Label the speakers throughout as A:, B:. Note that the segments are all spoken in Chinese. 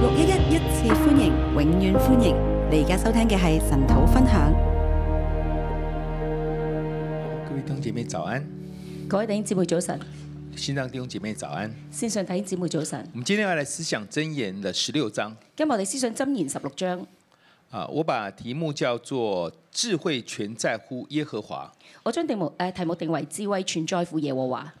A: 六一一一次歡迎，永遠歡迎！你而家收聽嘅係神土分享。
B: 各位弟兄姐妹早安，
C: 各位弟兄姊妹早晨，
B: 新上弟兄姐妹早安。
C: 線上弟兄姊妹早晨。
B: 我们今天要来思想箴言的十六章
C: 今日我哋思想箴言十六章，
B: 啊，我把题目叫做“智慧全在乎耶和华
C: 我將題目誒、呃題目定為智慧全在乎耶和華，”。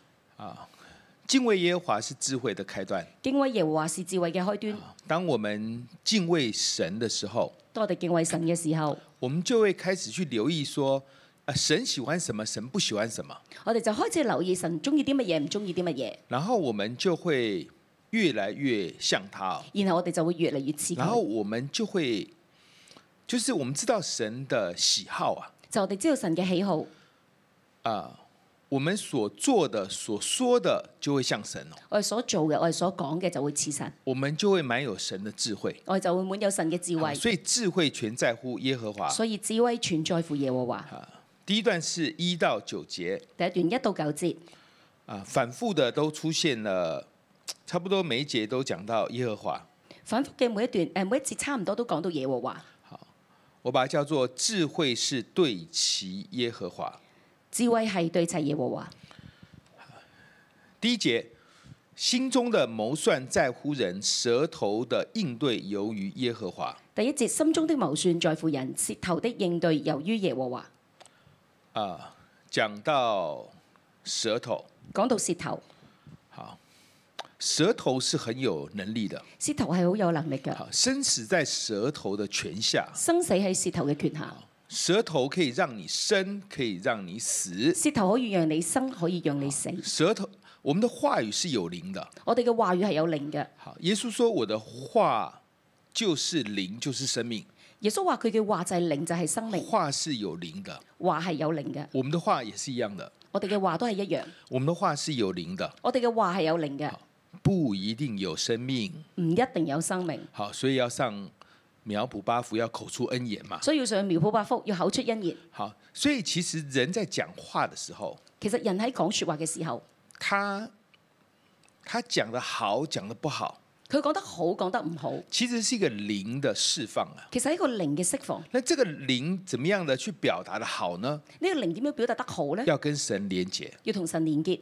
B: 敬畏耶和华是智慧的开端。
C: 敬畏耶和華是智慧嘅開端。
B: 当我们敬畏神的时候，
C: 當我哋敬畏神嘅時候，
B: 我们就会开始去留意说，啊，神喜欢什么，神不喜欢什么，
C: 我哋就開始留意神中意啲乜嘢，唔中意啲乜嘢，
B: 然后我们就会越来越像他哦、
C: 然後我哋就會越嚟越似
B: 然后
C: 佢。
B: 我们就会，就是我们知道神的喜好啊，
C: 就我哋知道神嘅喜好，
B: 我们所做的、所说的就会像神哦，
C: 我哋所做嘅，我哋所講嘅就會似神，
B: 我们就会蛮有神的智慧。
C: 我哋就會滿有神嘅智
B: 啊
C: 慧。
B: 所以智慧全在乎耶和华。
C: 所以智慧全在乎耶和華。
B: 啊第一段是一到九节
C: 第一段一到九節，
B: 啊，反复的都出现了，差不多每一节都讲到耶和华。
C: 反覆嘅每一段誒、呃每一節差唔多都講到耶和華。
B: 我把它叫做智慧是对齐耶和华。
C: 智慧係對齊耶和華。
B: 第一节，心中的谋算在乎人，舌头的应对由于耶和华。
C: 第一節，心中的謀算在乎人，舌頭的應對由於耶和華。
B: 啊，讲到舌头，
C: 講到舌頭，
B: 舌头是很有能力的，
C: 舌頭係好有能力嘅，
B: 好，生死在舌头的权下，
C: 生死喺舌頭嘅權下。
B: 舌头可以让你生，可以让你死，
C: 舌頭可以讓你生，可以讓你死。
B: 舌头，我们的话语是有灵的。
C: 我哋嘅話語係有靈嘅。
B: 好，耶稣说：“我的话就是灵，就是生命，
C: 耶穌話佢嘅話就係靈，就係生命。
B: 话是有灵的。
C: 話係有靈嘅，
B: 我们的话也是一样的，
C: 我哋嘅話都係一樣。
B: 我们的话是有灵的，
C: 我哋嘅話係有靈嘅，
B: 不一定有生命。
C: 唔一定有生命。
B: 好，所以要上苗圃八福，要口出恩言嘛。
C: 所以要上苗圃百福，要口出恩言。
B: 好，所以其实人在讲话的时候，
C: 其實人喺講説話嘅時候，
B: 他他讲的好，讲的不好，
C: 佢講得好，講得唔好，
B: 其实是一个灵的释放啊。
C: 其實係一個靈嘅釋放。呢、
B: 那这个灵怎么样的去表达的好呢？
C: 個靈點樣表達得好呢？
B: 要跟神连结，
C: 要同神連結。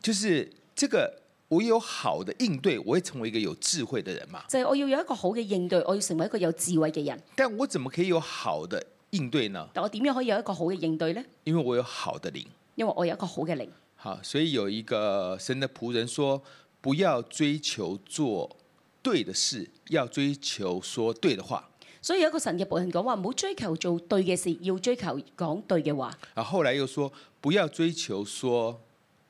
B: 就是这个我有好的应对，我会成为一个有智慧的人嘛。
C: 就係我要有一個好嘅應對，我要成為一個有智慧嘅人。
B: 但我怎么可以有好的应对呢？
C: 但我點樣可以有一個好嘅應對呢？
B: 因为我有好的灵。
C: 因為我有一個好嘅靈。
B: 好，所以有一个神的仆人说，不要追求做对的事，要追求说对的话。
C: 所以有一個神嘅僕人講話：唔好追求做對嘅事，要追求講對嘅話。
B: 啊，后来又说不要追求说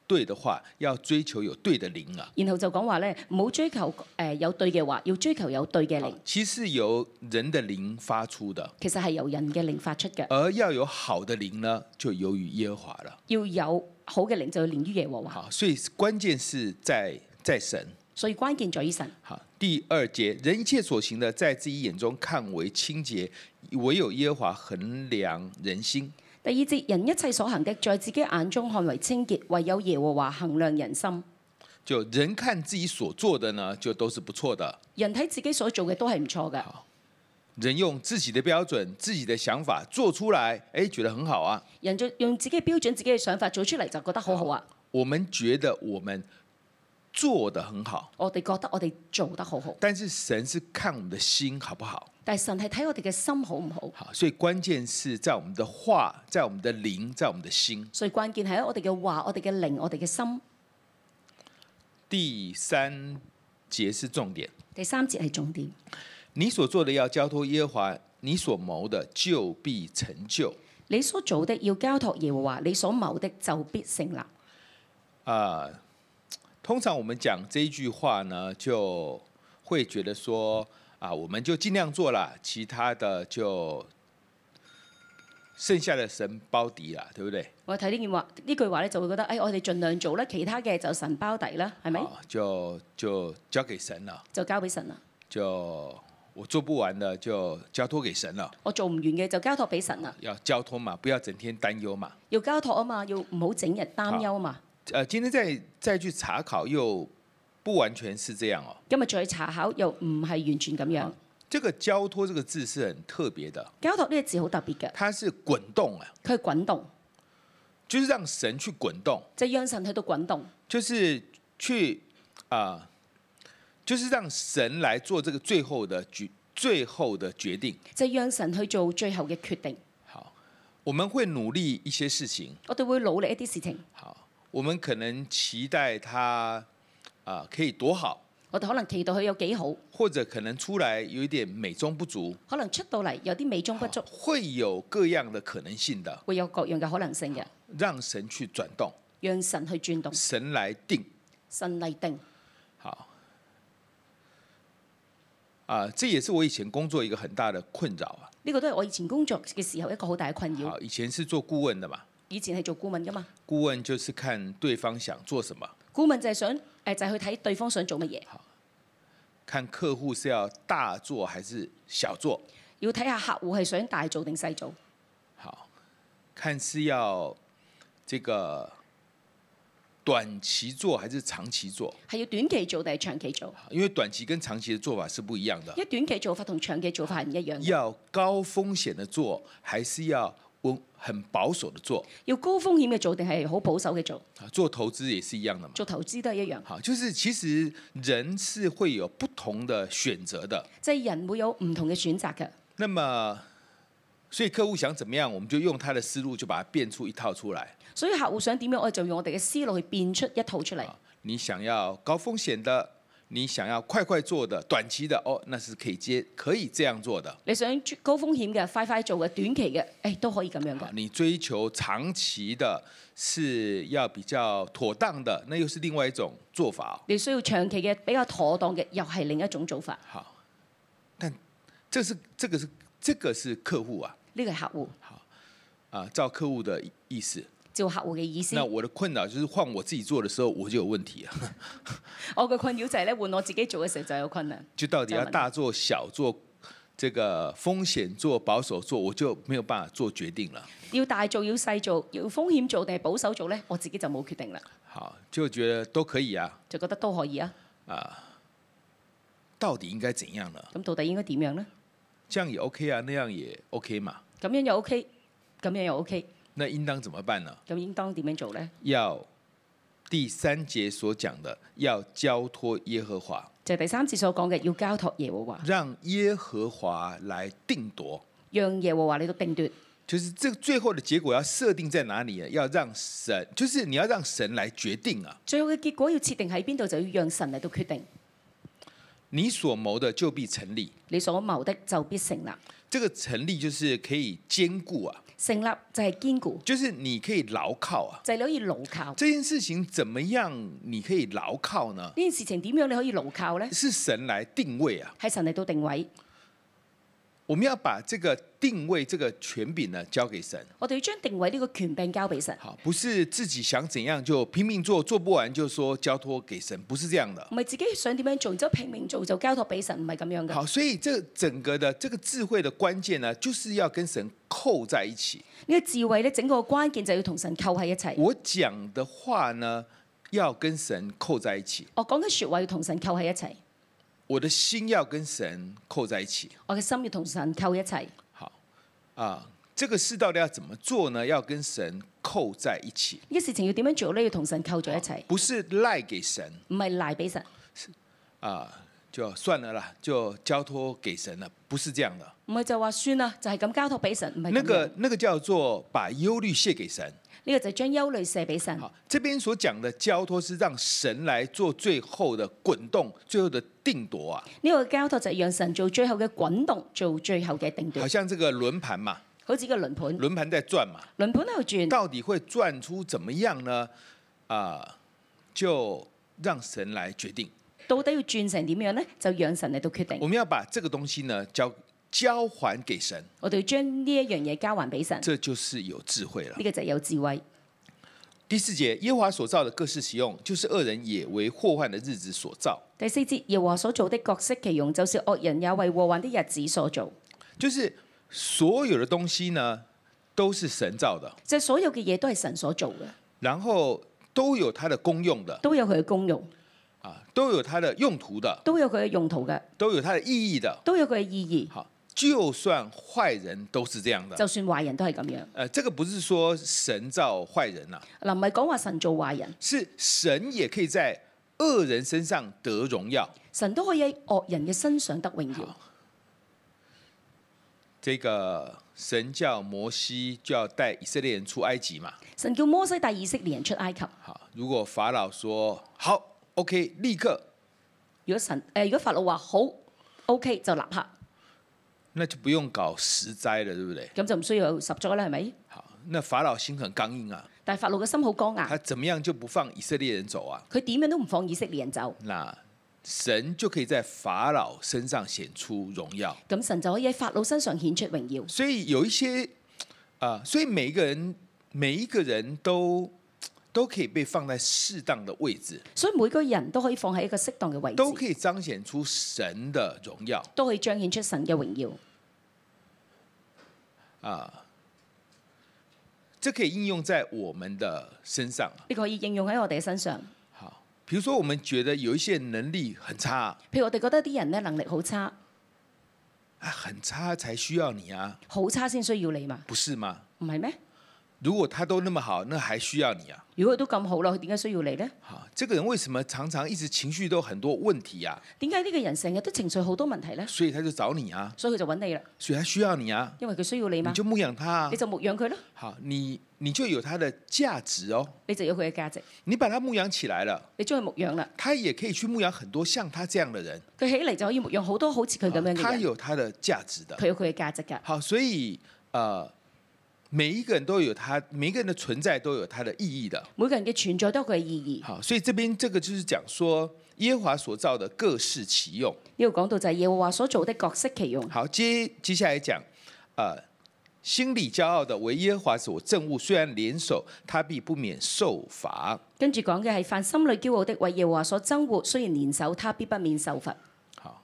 B: 对的话，要追求有对的灵啊。
C: 然後就講話咧，唔好追求誒、呃有對嘅話，要追求有對嘅
B: 好
C: 靈。
B: 啊其实是由人的灵发出的，
C: 其實係由人嘅靈發出嘅，
B: 而要有好的灵呢，就由于耶和華了。
C: 要有好嘅靈就要連於耶和華。
B: 好，所以关键是在在神。
C: 所以關鍵在於神。
B: 好，第二节，人一切所行的，在自己眼中看为清洁，唯有耶和华衡量人心。
C: 第二節，人一切所行的，在自己眼中看為清潔，唯有耶和華衡量人心。
B: 就人看自己所做的呢，就都是不错的。
C: 人睇自己所做嘅都係唔錯嘅。
B: 人用自己的标准、自己的想法做出来，哎，覺得很好啊。
C: 人就用自己嘅標準、自己嘅想法做出嚟，就覺得好好啊！
B: 我们觉得我们做得很好，
C: 我哋覺得我哋做得好好，
B: 但是神是看我们的心好不好。
C: 但係神係睇我哋嘅心好唔好，
B: 好，所以关键是在我们的话，在我们的灵，在我们的心。
C: 所以關鍵係喺我哋嘅話、我哋嘅靈、我哋嘅心。
B: 第三节是重点，
C: 第三節係重點，
B: 你所做的要交托耶和华，你所谋的就必成就。
C: 你所做的要交託耶和華，你所謀的就必成立。
B: 啊、通常我们讲这一句话呢，就会觉得说啊，我们就尽量做啦，其他的就剩下的神包底啦，对不对？
C: 我睇呢件話呢句話咧，就會覺得誒、哎我哋盡量做啦，其他嘅就神包底啦，係咪？
B: 啊就就交给神了，
C: 就交俾神啦。
B: 就我做不完的就交托给神了，
C: 我做唔完嘅就交託俾神啦。
B: 要交托嘛，不要整天担忧嘛。
C: 要交託啊嘛，要唔好整日擔憂啊嘛。
B: 呃，今天再再去查考又不完全是这样哦。
C: 今日再查考又唔係完全咁樣。
B: 这个交托这个字是很特别的，
C: 交託呢個字好特別嘅，
B: 它是滚动啊，
C: 佢係滾動，
B: 就是让神去滚动，
C: 就係讓神去到滾動，
B: 就是去啊、就是让神来做这个最后的决最后的决定。
C: 就係讓神去做最後嘅決定。
B: 好，我们会努力一些事情。
C: 我哋會努力一啲事情，
B: 好，我们可能期待他啊、可以多好，
C: 我哋可能期待佢有幾好，
B: 或者可能出来有一点美中不足，
C: 可能出到嚟有啲美中不足，
B: 会有各样的可能性的，
C: 會有各樣嘅可能性嘅，
B: 让神去转动，
C: 讓神去轉動，
B: 神来定。
C: 神嚟定。
B: 好，啊、这也是我以前工作一个很大的困扰啊。
C: 呢、個都係我以前工作嘅時候一個好大嘅困擾。
B: 好，以前是做顾问的嘛，
C: 以前係做顧問噶嘛，
B: 顾问就是看对方想做什么，
C: 顧問就係想誒、呃就係、去睇對方想做乜嘢，
B: 看客户是要大做还是小做，
C: 要睇下客戶係想大做定細做，
B: 好，看是要这个短期做还是长期做，
C: 係要短期做定係長期做。
B: 因为短期跟長期的做法是不一样的，
C: 一短期做法同長期做法係唔一樣嘅，
B: 要高风险的做，还是要温很保守的做
C: 要高風險嘅做定係好保守嘅做，
B: 啊？做投资也是一样的嘛。
C: 做投資都係一樣，
B: 好，就是其实人是会有不同的选择的。
C: 即係人會有唔同嘅選擇嘅。
B: 那么，所以客户想怎么样，我们就用他的思路，就把它变出一套出来。
C: 所以客戶想點樣，我哋就用我哋嘅思路去變出一套出嚟。
B: 啊，你想要高风险的，你想要快快做的、短期的，哦，那是可以接可以这样做的。
C: 你想高風險嘅、快快做嘅、短期嘅，誒、都可以咁樣
B: 啊
C: 嘅。
B: 你追求长期的，是要比较妥当的，那又是另外一种做法哦、
C: 你需要長期嘅比較妥當嘅，又係另一種做法。
B: 好，但这是这个是这个是客户啊
C: 呢個係客戶
B: 啊，照客户的意思。
C: 照客戶嘅意思
B: 那。我的困扰就是换我自己做的时候，我就有问题啊，
C: 我嘅困擾就係咧，換我自己做嘅時候就有困難。
B: 就到底要大做小做，这个风险做保守做，我就没有办法做决定了。
C: 要大做，要細做，要風險做定係保守做咧，我自己就冇決定啦，
B: 好，就觉得都可以啊，
C: 就覺得都可以啊。
B: 到底应该怎样呢？
C: 咁到底應該點樣咧？
B: 这样也 OK 啊，那样也 OK 嘛，
C: 咁樣又 OK，咁樣又 OK，
B: 那应当怎么办呢？
C: 咁應當點樣做咧？
B: 要第三节所讲的，要交托耶和华，
C: 就係第三次所講嘅，要交託耶和華，
B: 让耶和华来定夺，
C: 讓耶和華你到定奪。
B: 就是这个最后的结果要设定在哪里呢？要让神，就是你要让神来决定啊。
C: 最後嘅結果要設定喺邊度，就要讓神嚟到決定。
B: 你所谋的就必成立，
C: 你所謀的就必成立。
B: 这个成立就是可以兼顾啊，
C: 成立就係堅固，
B: 就是你可以牢靠啊。
C: 就係、你可以牢靠。呢
B: 这件事情怎么样你可以牢靠呢？
C: 件事情點樣你可以牢靠呢？
B: 是神来定位啊。
C: 係神嚟到定位，
B: 我们要把这个定位这个权柄呢交给神，
C: 我哋要將定位呢個權柄交俾神，
B: 好，不是自己想怎样就拼命做，做不完就说交托给神，不是这样的。
C: 唔係自己想點樣做，然之後拼命做就交託俾神，唔係咁樣嘅。
B: 好，所以这整个的这个智慧的关键呢，就是要跟神扣在一起。
C: 呢、個智慧呢，整個關鍵就要同神扣喺一齊。
B: 我讲的话呢，要跟神扣在一起，
C: 我講嘅説話要同神扣喺一齊，
B: 我的心要跟神扣在一起。
C: 我嘅心要同神扣一齊。呢、
B: 好，啊，这个事到底要怎么做呢？要跟神扣在一起，
C: 個事情要點樣做呢？要同神扣咗一齊，
B: 不是赖给神
C: 唔係賴俾神，
B: 啊，就算了啦，就交托给神了，不是这样的。
C: 唔係就話算啦，就係、咁交託俾神，唔係
B: 那
C: 咁樣。
B: 个那个叫做把忧虑卸给神。
C: 呢個就係將憂慮卸俾神。
B: 好，这边所讲的交托是让神来做最后的滚动，最后的定夺啊，
C: 呢個交託就係讓神做最後嘅滾動，做最後嘅定奪
B: 好，像这个轮盘嘛，
C: 好似個輪盤，
B: 轮盘在转嘛，
C: 輪盤喺度轉，
B: 到底会转出怎么样呢？啊、就让神来决定。
C: 到底要轉成點樣呢？就讓神嚟到
B: 我
C: 決定。
B: 们要把这个东西呢交交还给神，
C: 我哋要將呢一樣嘢交還俾神，
B: 这就是有智慧了
C: 呢、。個就係有智慧。
B: 第四节，耶和华所造的各式其用，就是恶人也为祸患的日子所造。
C: 第四節，耶和華所做的各色其用，就是惡人也為禍患的日子所做。
B: 就是所有的东西呢，都是神造的，
C: 即係所有嘅嘢都係神所做嘅，
B: 然后都有它的功用的。
C: 都有佢嘅功用。
B: 啊，都有它的用途的，
C: 都有佢嘅用途嘅，
B: 都有它的意义的。
C: 都有佢嘅意
B: 好，就算壞人都是這樣
C: 義。
B: 的。
C: 就算壞人都係咁樣，
B: 呃，這個不是說神造壞人呐、啊
C: 嗱唔係講話神做壞人，
B: 是神也可以在惡人身上得榮耀。
C: 神都可以喺惡人嘅身上得榮
B: 啊
C: 耀。
B: 这个神叫摩西就要带以色列人出埃及嘛。
C: 神叫摩西帶以色列人出埃及。
B: 好，如果法老说好，OK，立刻，
C: 如果神誒、呃如果法老話好，OK 就立刻，
B: 那就不用搞十災了，对不对？
C: 咁就唔需要有十災啦，係咪？
B: 好，那法老心很刚硬啊，
C: 但係法老嘅心好剛
B: 他
C: 硬，
B: 怎么样就不放以色列人走啊？
C: 佢點樣都唔放以色列人走，
B: 那神就可以在法老身上显出荣耀。
C: 咁神就可以喺法老身上顯出榮耀。
B: 所以有一些啊、所以每一个人每一个人都都可以被放在适当的位置，
C: 所以每個人都可以放喺一個適當嘅位
B: 都
C: 置，
B: 可以彰显出神的荣耀
C: 都可以彰顯出神嘅榮耀。
B: 啊。这可以应用在我们的身上啊。
C: 呢個可以應用喺我哋嘅身上。
B: 好，比如说我们觉得有一些能力很差啊，
C: 譬如我哋覺得啲人咧能力好差，
B: 啊很差才需要你啊，
C: 好差先需要你嘛，
B: 不是吗？
C: 唔係咩？
B: 如果他都那么好，那还需要你啊？
C: 如果佢都咁好啦，佢點解需要你呢？
B: 好，这个人为什么常常一直情绪都很多问题啊？
C: 點解呢個人成日都情緒好多問題呢？
B: 所以他就找你啊，
C: 所以佢就揾你啦，
B: 所以他需要你啊。
C: 因為佢需要你嘛
B: 你，就牧养他、啊
C: 你，就牧養佢咯，
B: 好，你你就有它的价值哦。
C: 你就有佢嘅價值，
B: 你把它牧养起来了，
C: 你將佢牧養啦。
B: 他也可以去牧养很多像他这样的人，
C: 佢起嚟就可以牧養好多好似佢咁樣
B: 啊他
C: 嘅人，
B: 有它的价值的。
C: 佢有佢嘅價值㗎。
B: 好，所以呃，每一个人都有他，每一个人的存在都有它的意义的。
C: 每個人嘅存在都有佢嘅意義。
B: 好，所以这边这个就是讲说耶和华所造的各适其用。
C: 呢度講到就係耶和華所做的各適其用。
B: 好，接接下来讲，呃，心里骄傲的为耶和华所憎恶，虽然联手，他必不免受罚。
C: 跟住講嘅係凡心裏驕傲的為耶和華所憎惡，雖然年守，他必不免受罰。
B: 好，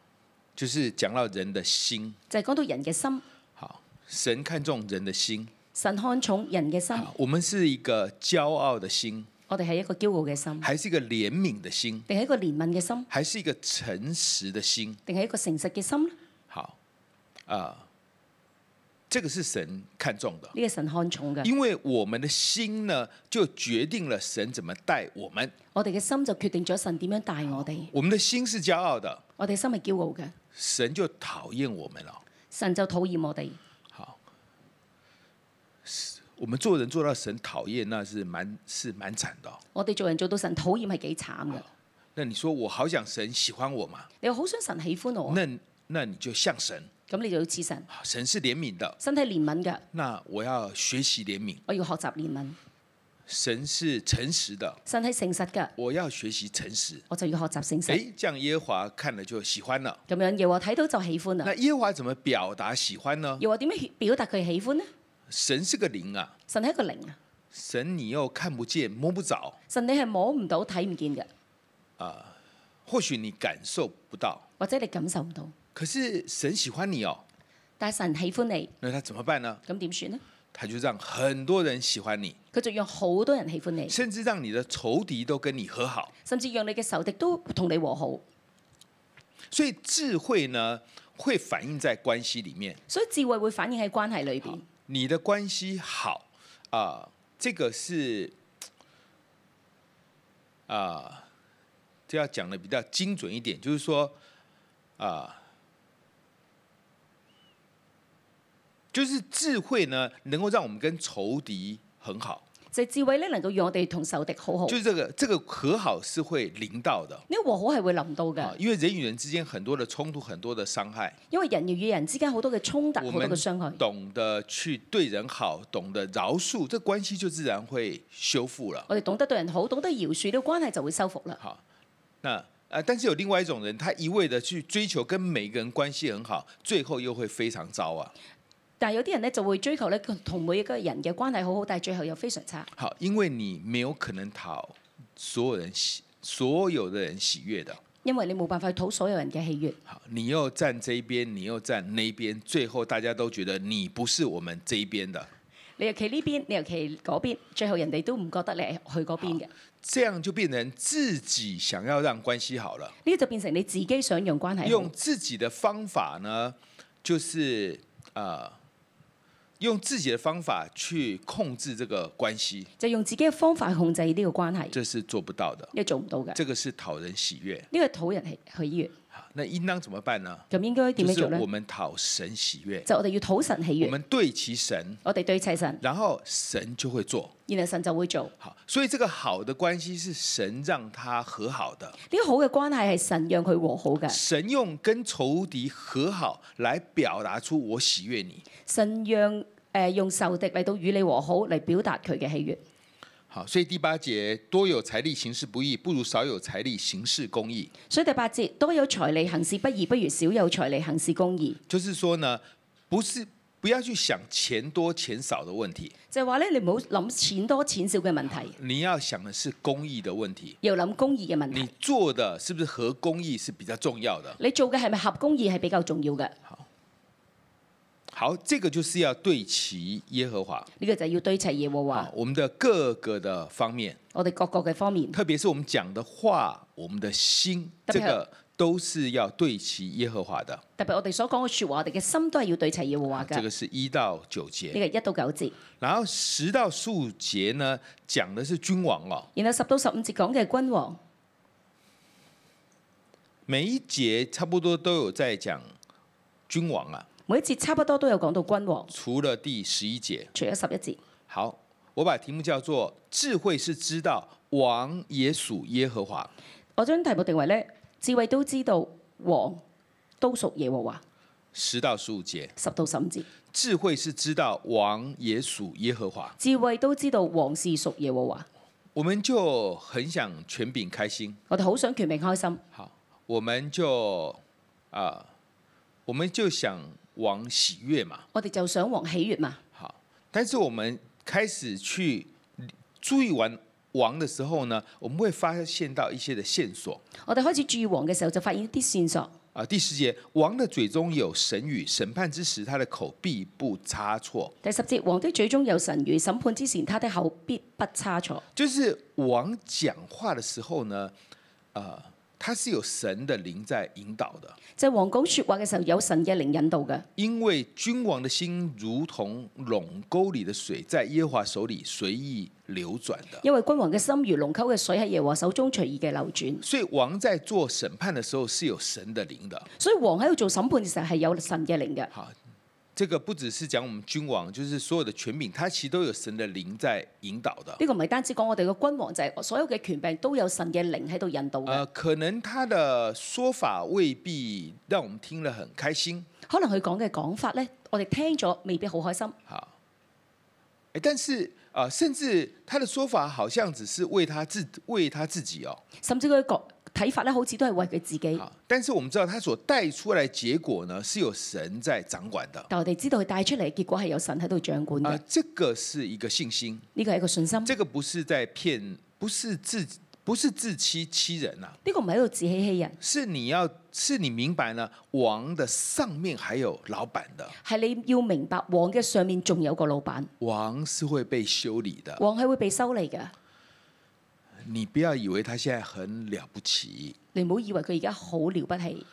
B: 就是講到人的心。
C: 就係、講到人嘅心，
B: 好，神看重人的心。
C: 神看重人嘅心。
B: 好，我們是一個驕傲的心，
C: 我哋係一個驕傲嘅心，
B: 還是一個憐憫的心，
C: 定係一個憐憫嘅心，
B: 還是一個誠實的心？
C: 定係一個誠實嘅心呢？
B: 好，啊、这個是神看重的，
C: 呢、個神看重嘅。
B: 因為我們的心呢，就決定了神怎麼待我們。
C: 我哋嘅心就決定咗神點樣帶我哋。
B: 我們的心是驕傲的，
C: 我哋心係驕傲嘅，
B: 神就討厭我們了。
C: 神就討厭我哋。
B: 好，是我们做人做到神討厭，那是蠻是蠻慘的哦、
C: 我哋做人做到神討厭係幾慘嘅。
B: 那你說我好想神喜歡我嘛？
C: 你好想神喜歡我，
B: 那那你就像神，
C: 咁你就要似神，
B: 好神是憐憫的。
C: 身體憐憫嘅。
B: 那我要學習憐憫，
C: 我要學習憐憫，
B: 神是誠實的，
C: 身體誠實嘅，
B: 我要學習誠實。
C: 我就要學習誠實。
B: 哎，這樣耶和華看了就喜歡了。
C: 咁樣耶和華睇到就喜歡啦
B: 那。耶和華怎麼表達喜歡呢？
C: 耶和華點樣表達佢喜歡呢？
B: 神是個靈啊，
C: 神係一個靈啊，
B: 神你又看不見、摸不着，
C: 神你係摸唔到、睇唔見嘅，
B: 或許你感受不到，
C: 或者你感受唔到。
B: 可是神喜歡你哦。
C: 但係神喜歡你，
B: 那他怎麼辦呢？
C: 咁點算呢？
B: 他就讓很多人喜歡你，
C: 佢就讓好多人喜歡你，
B: 甚至讓你的仇敵都跟你和好。
C: 甚至讓你嘅仇敵都同你和好。
B: 所以智慧呢，會反映在關係裡面。
C: 所以智慧會反映喺關係裏邊。
B: 你的關係好啊、这個是啊、这要講的比較精準一點，就是說啊、就是智慧呢，能夠讓我們跟仇敵很好，
C: 就係智慧咧，能夠讓我哋同仇敵好好。
B: 就是這個這個和好是會臨到的。
C: 呢個和好係會臨到
B: 啊，
C: 嘅，
B: 因為人與人之間很多的衝突，很多的傷害，
C: 因為人與人之間好多嘅衝突，
B: 我
C: 好多
B: 們
C: 嘅傷害。
B: 懂得去對人好，懂得饒恕，這關係就自然會修復了。
C: 我哋懂得對人好，懂得饒恕，呢個關係就會修復啦。
B: 好，那呃，但是有另外一种人，他一味的去追求跟每一个人关系很好，最后又会非常糟啊。
C: 但係有啲人咧就會追求咧同每一個人嘅關係好好，但係最後又非常差，
B: 好，因为你没有可能讨所有人喜，所有的人喜悦的。
C: 因為你冇辦法去討所有人嘅喜悅，
B: 好，你又站这一边，你又站那一边，最后大家都觉得你不是我们这一边的。
C: 你又企呢邊，你又企嗰邊，最後人哋都唔覺得你係去嗰邊嘅。
B: 这样就变成自己想要让关系好了，
C: 呢就變成你自己想用關係
B: 用
C: 好，
B: 自己的方法呢，就是呃，用自己的方法去控制这个关系，
C: 就用自己嘅方法去控制呢個關係，
B: 这是做不到的，
C: 你做唔到嘅。
B: 这个是讨人喜悦。
C: 呢個係討人係喜悦，
B: 好那应当怎么办呢？
C: 咁應該點
B: 就
C: 樣
B: 是
C: 做呢
B: 我？们讨神喜悦，
C: 就我哋要討神喜
B: 我
C: 悦，
B: 们对其神，
C: 我哋對砌神，
B: 然后神就会做
C: 然後神就會做。呢、
B: 好。所以这个好的关系是神让他和好的，
C: 個好嘅關係係神讓佢和好嘅，
B: 神用跟仇敌和好来表达出我喜悦你。
C: 神讓誒、呃用仇敵嚟到與你和好嚟表達佢嘅喜悦。
B: 好，所以第八节，多有财力行事不义，不如少有财力行事公义。
C: 所以第八節，多有財利行事不義，不如少有財利行事公義。
B: 就是说呢，不是不要去想錢多錢少的問題，
C: 就係話咧，你唔好諗錢多錢少嘅問題，
B: 你要想的是公義的問題。
C: 要諗公義嘅問
B: 你
C: 題。
B: 做的是不是合公義是比較重要的。
C: 你做嘅係咪合公義係比較重要嘅？呢、
B: 好，這個就是要對齊耶和華。
C: 個就係要對齊耶和華
B: 好，。我們的各個的方面，
C: 我哋各個嘅方面，
B: 特別是我們講的話，我們的心，
C: 特
B: 這
C: 別係
B: 個都是要對齊耶和華的。
C: 特別我哋所講嘅説話，我哋嘅心都係要對齊耶和華
B: 這
C: 嘅。
B: 個是一到九
C: 呢
B: 節，
C: 個一到九節，
B: 然後十到十五節呢，講的是君王哦。
C: 然後十到十五節講嘅係君王，
B: 每一节差不多都有在講君王啊，
C: 每一節差不多都有講到君王，
B: 除了第十一节。
C: 除咗十一節。
B: 好，我把題目叫做“智慧是知道王也屬耶和華
C: 我將題目定為咧，智慧都知道王都屬耶和華。”，
B: 十到十五节，
C: 十到十五節，
B: 智慧是知道王也屬耶和華。
C: 智慧都知道王是屬耶和華。
B: 我們就很想權柄開心，
C: 我哋好想權柄開心，
B: 好，我們就啊、我們就想王喜悦嘛，
C: 我哋就想王喜悦嘛。
B: 好，但是我们开始去注意完王的时候呢，我们会发现到一些的线索
C: 我哋開始注意王嘅時候，就發現一啲線索。
B: 啊。第十节，王的嘴中有神语，审判之时他的口必不差错。
C: 第十節，王的嘴中有神語，審判之前，他的口必不差錯。
B: 就是王讲话的时候呢，呃，他是有神的灵在引导的，
C: 就係王講説話嘅時候，有神嘅靈引導嘅，
B: 因为君王的心如同垄沟里的水，在耶和华手里随意流转的。
C: 因為君王嘅心如龍溝嘅水喺耶和華手中隨意嘅流轉，
B: 所以王在做审判的时候是有神的灵的。
C: 所以王喺度做審判嘅時候係有神嘅靈嘅。
B: 好，这个不只是讲我们君王，就是所有的权柄，它其实都有神的灵在引导的。
C: 呢個唔係單止講我哋嘅君王，就係、所有嘅權柄都有神嘅靈喺度引導嘅。
B: 呃，可能他的说法未必让我们听了很开心，
C: 可能佢講嘅講法呢，我哋聽咗未必好開心。
B: 好，哎，但是呃，甚至他的说法好像只是为他自为他自己哦，
C: 甚至佢講睇法咧，好似都係為佢自己。
B: 好，但是我们知道他所带出来的结果呢，是有神在掌管的。
C: 但我哋知道佢帶出嚟嘅結果係有神喺度掌管
B: 啊、
C: 嘅，
B: 这个是一个信心，
C: 呢個係一個信心。
B: 这个不是在骗，不是自不是自欺欺人呐、啊
C: 呢個唔係喺度自欺欺人，
B: 是你要，是你明白呢，王的上面还有老板的，
C: 係你要明白王嘅上面仲有個老
B: 啊
C: 闆，
B: 王是会被修理的。
C: 王係會被修理嘅。
B: 你不要以为他现在很了不起，
C: 你唔好以為佢而家好了不起，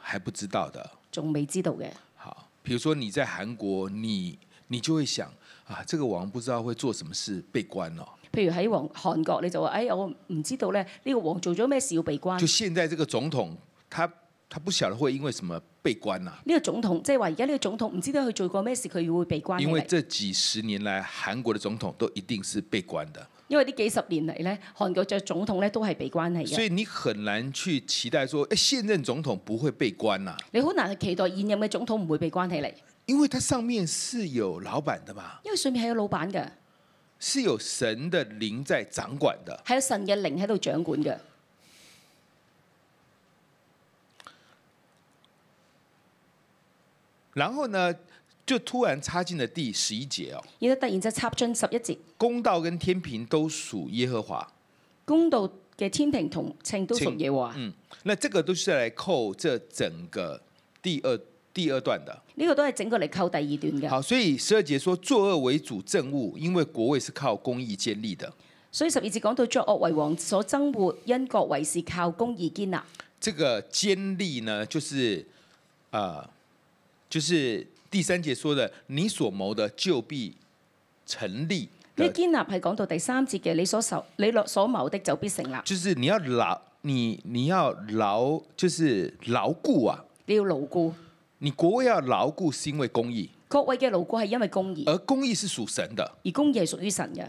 B: 还不知道的。
C: 仲未知道嘅。
B: 好，比如说你在韩国，你你就会想啊，这个王不知道会做什么事被关哦。
C: 譬如喺王韓國，你就話：，誒、哎我唔知道咧，呢、個王做咗咩事要被關？
B: 就
C: 呢、
B: 现在这个总统，他他不晓得会因为什么被关啊呐、
C: 個總統，即係話而家呢個總統唔知道佢做過咩事，佢會被關起
B: 因为
C: 嚟。
B: 这几十年来，韩国的总统都一定是被关的，
C: 因為呢幾十年嚟咧，韓國嘅總統咧都係被關起
B: 所
C: 嘅。
B: 以你很难去期待说，哎，现任总统不会被关啊呐、
C: 你好難去期待現任嘅總統唔會被關起嚟，
B: 因为它上面是有老板的嘛，
C: 因為上面係有老闆嘅，
B: 是有神的灵在掌管的。
C: 係有神嘅靈喺度掌管嘅。
B: 然后呢，就突然插进了第十一节哦，
C: 然後突然就插進十一節，
B: 公道跟天平都属耶和华。
C: 公道嘅天平同秤都屬
B: 稱
C: 耶和華。
B: 嗯，那这个都是来扣这整个第二第二段的。
C: 呢個都係整個嚟扣第二段嘅。
B: 好，所以十二节说作恶为主政务，因为国位是靠公义建立的。
C: 所以十二節講到作惡為王所憎惡，因國為是靠公義堅立。
B: 这个坚立呢，就是呃，就是第三节说的，你所谋的就必成立
C: 呢
B: 的
C: 堅立係講到第三節嘅，你所受你所謀的就必成立。
B: 就是你要牢，你你要牢，就是牢固啊。
C: 你要牢固，
B: 你国位要牢固，是因为公义，
C: 各位嘅牢固係因為公義，
B: 而公义是属神的。
C: 而公義係屬於神嘅。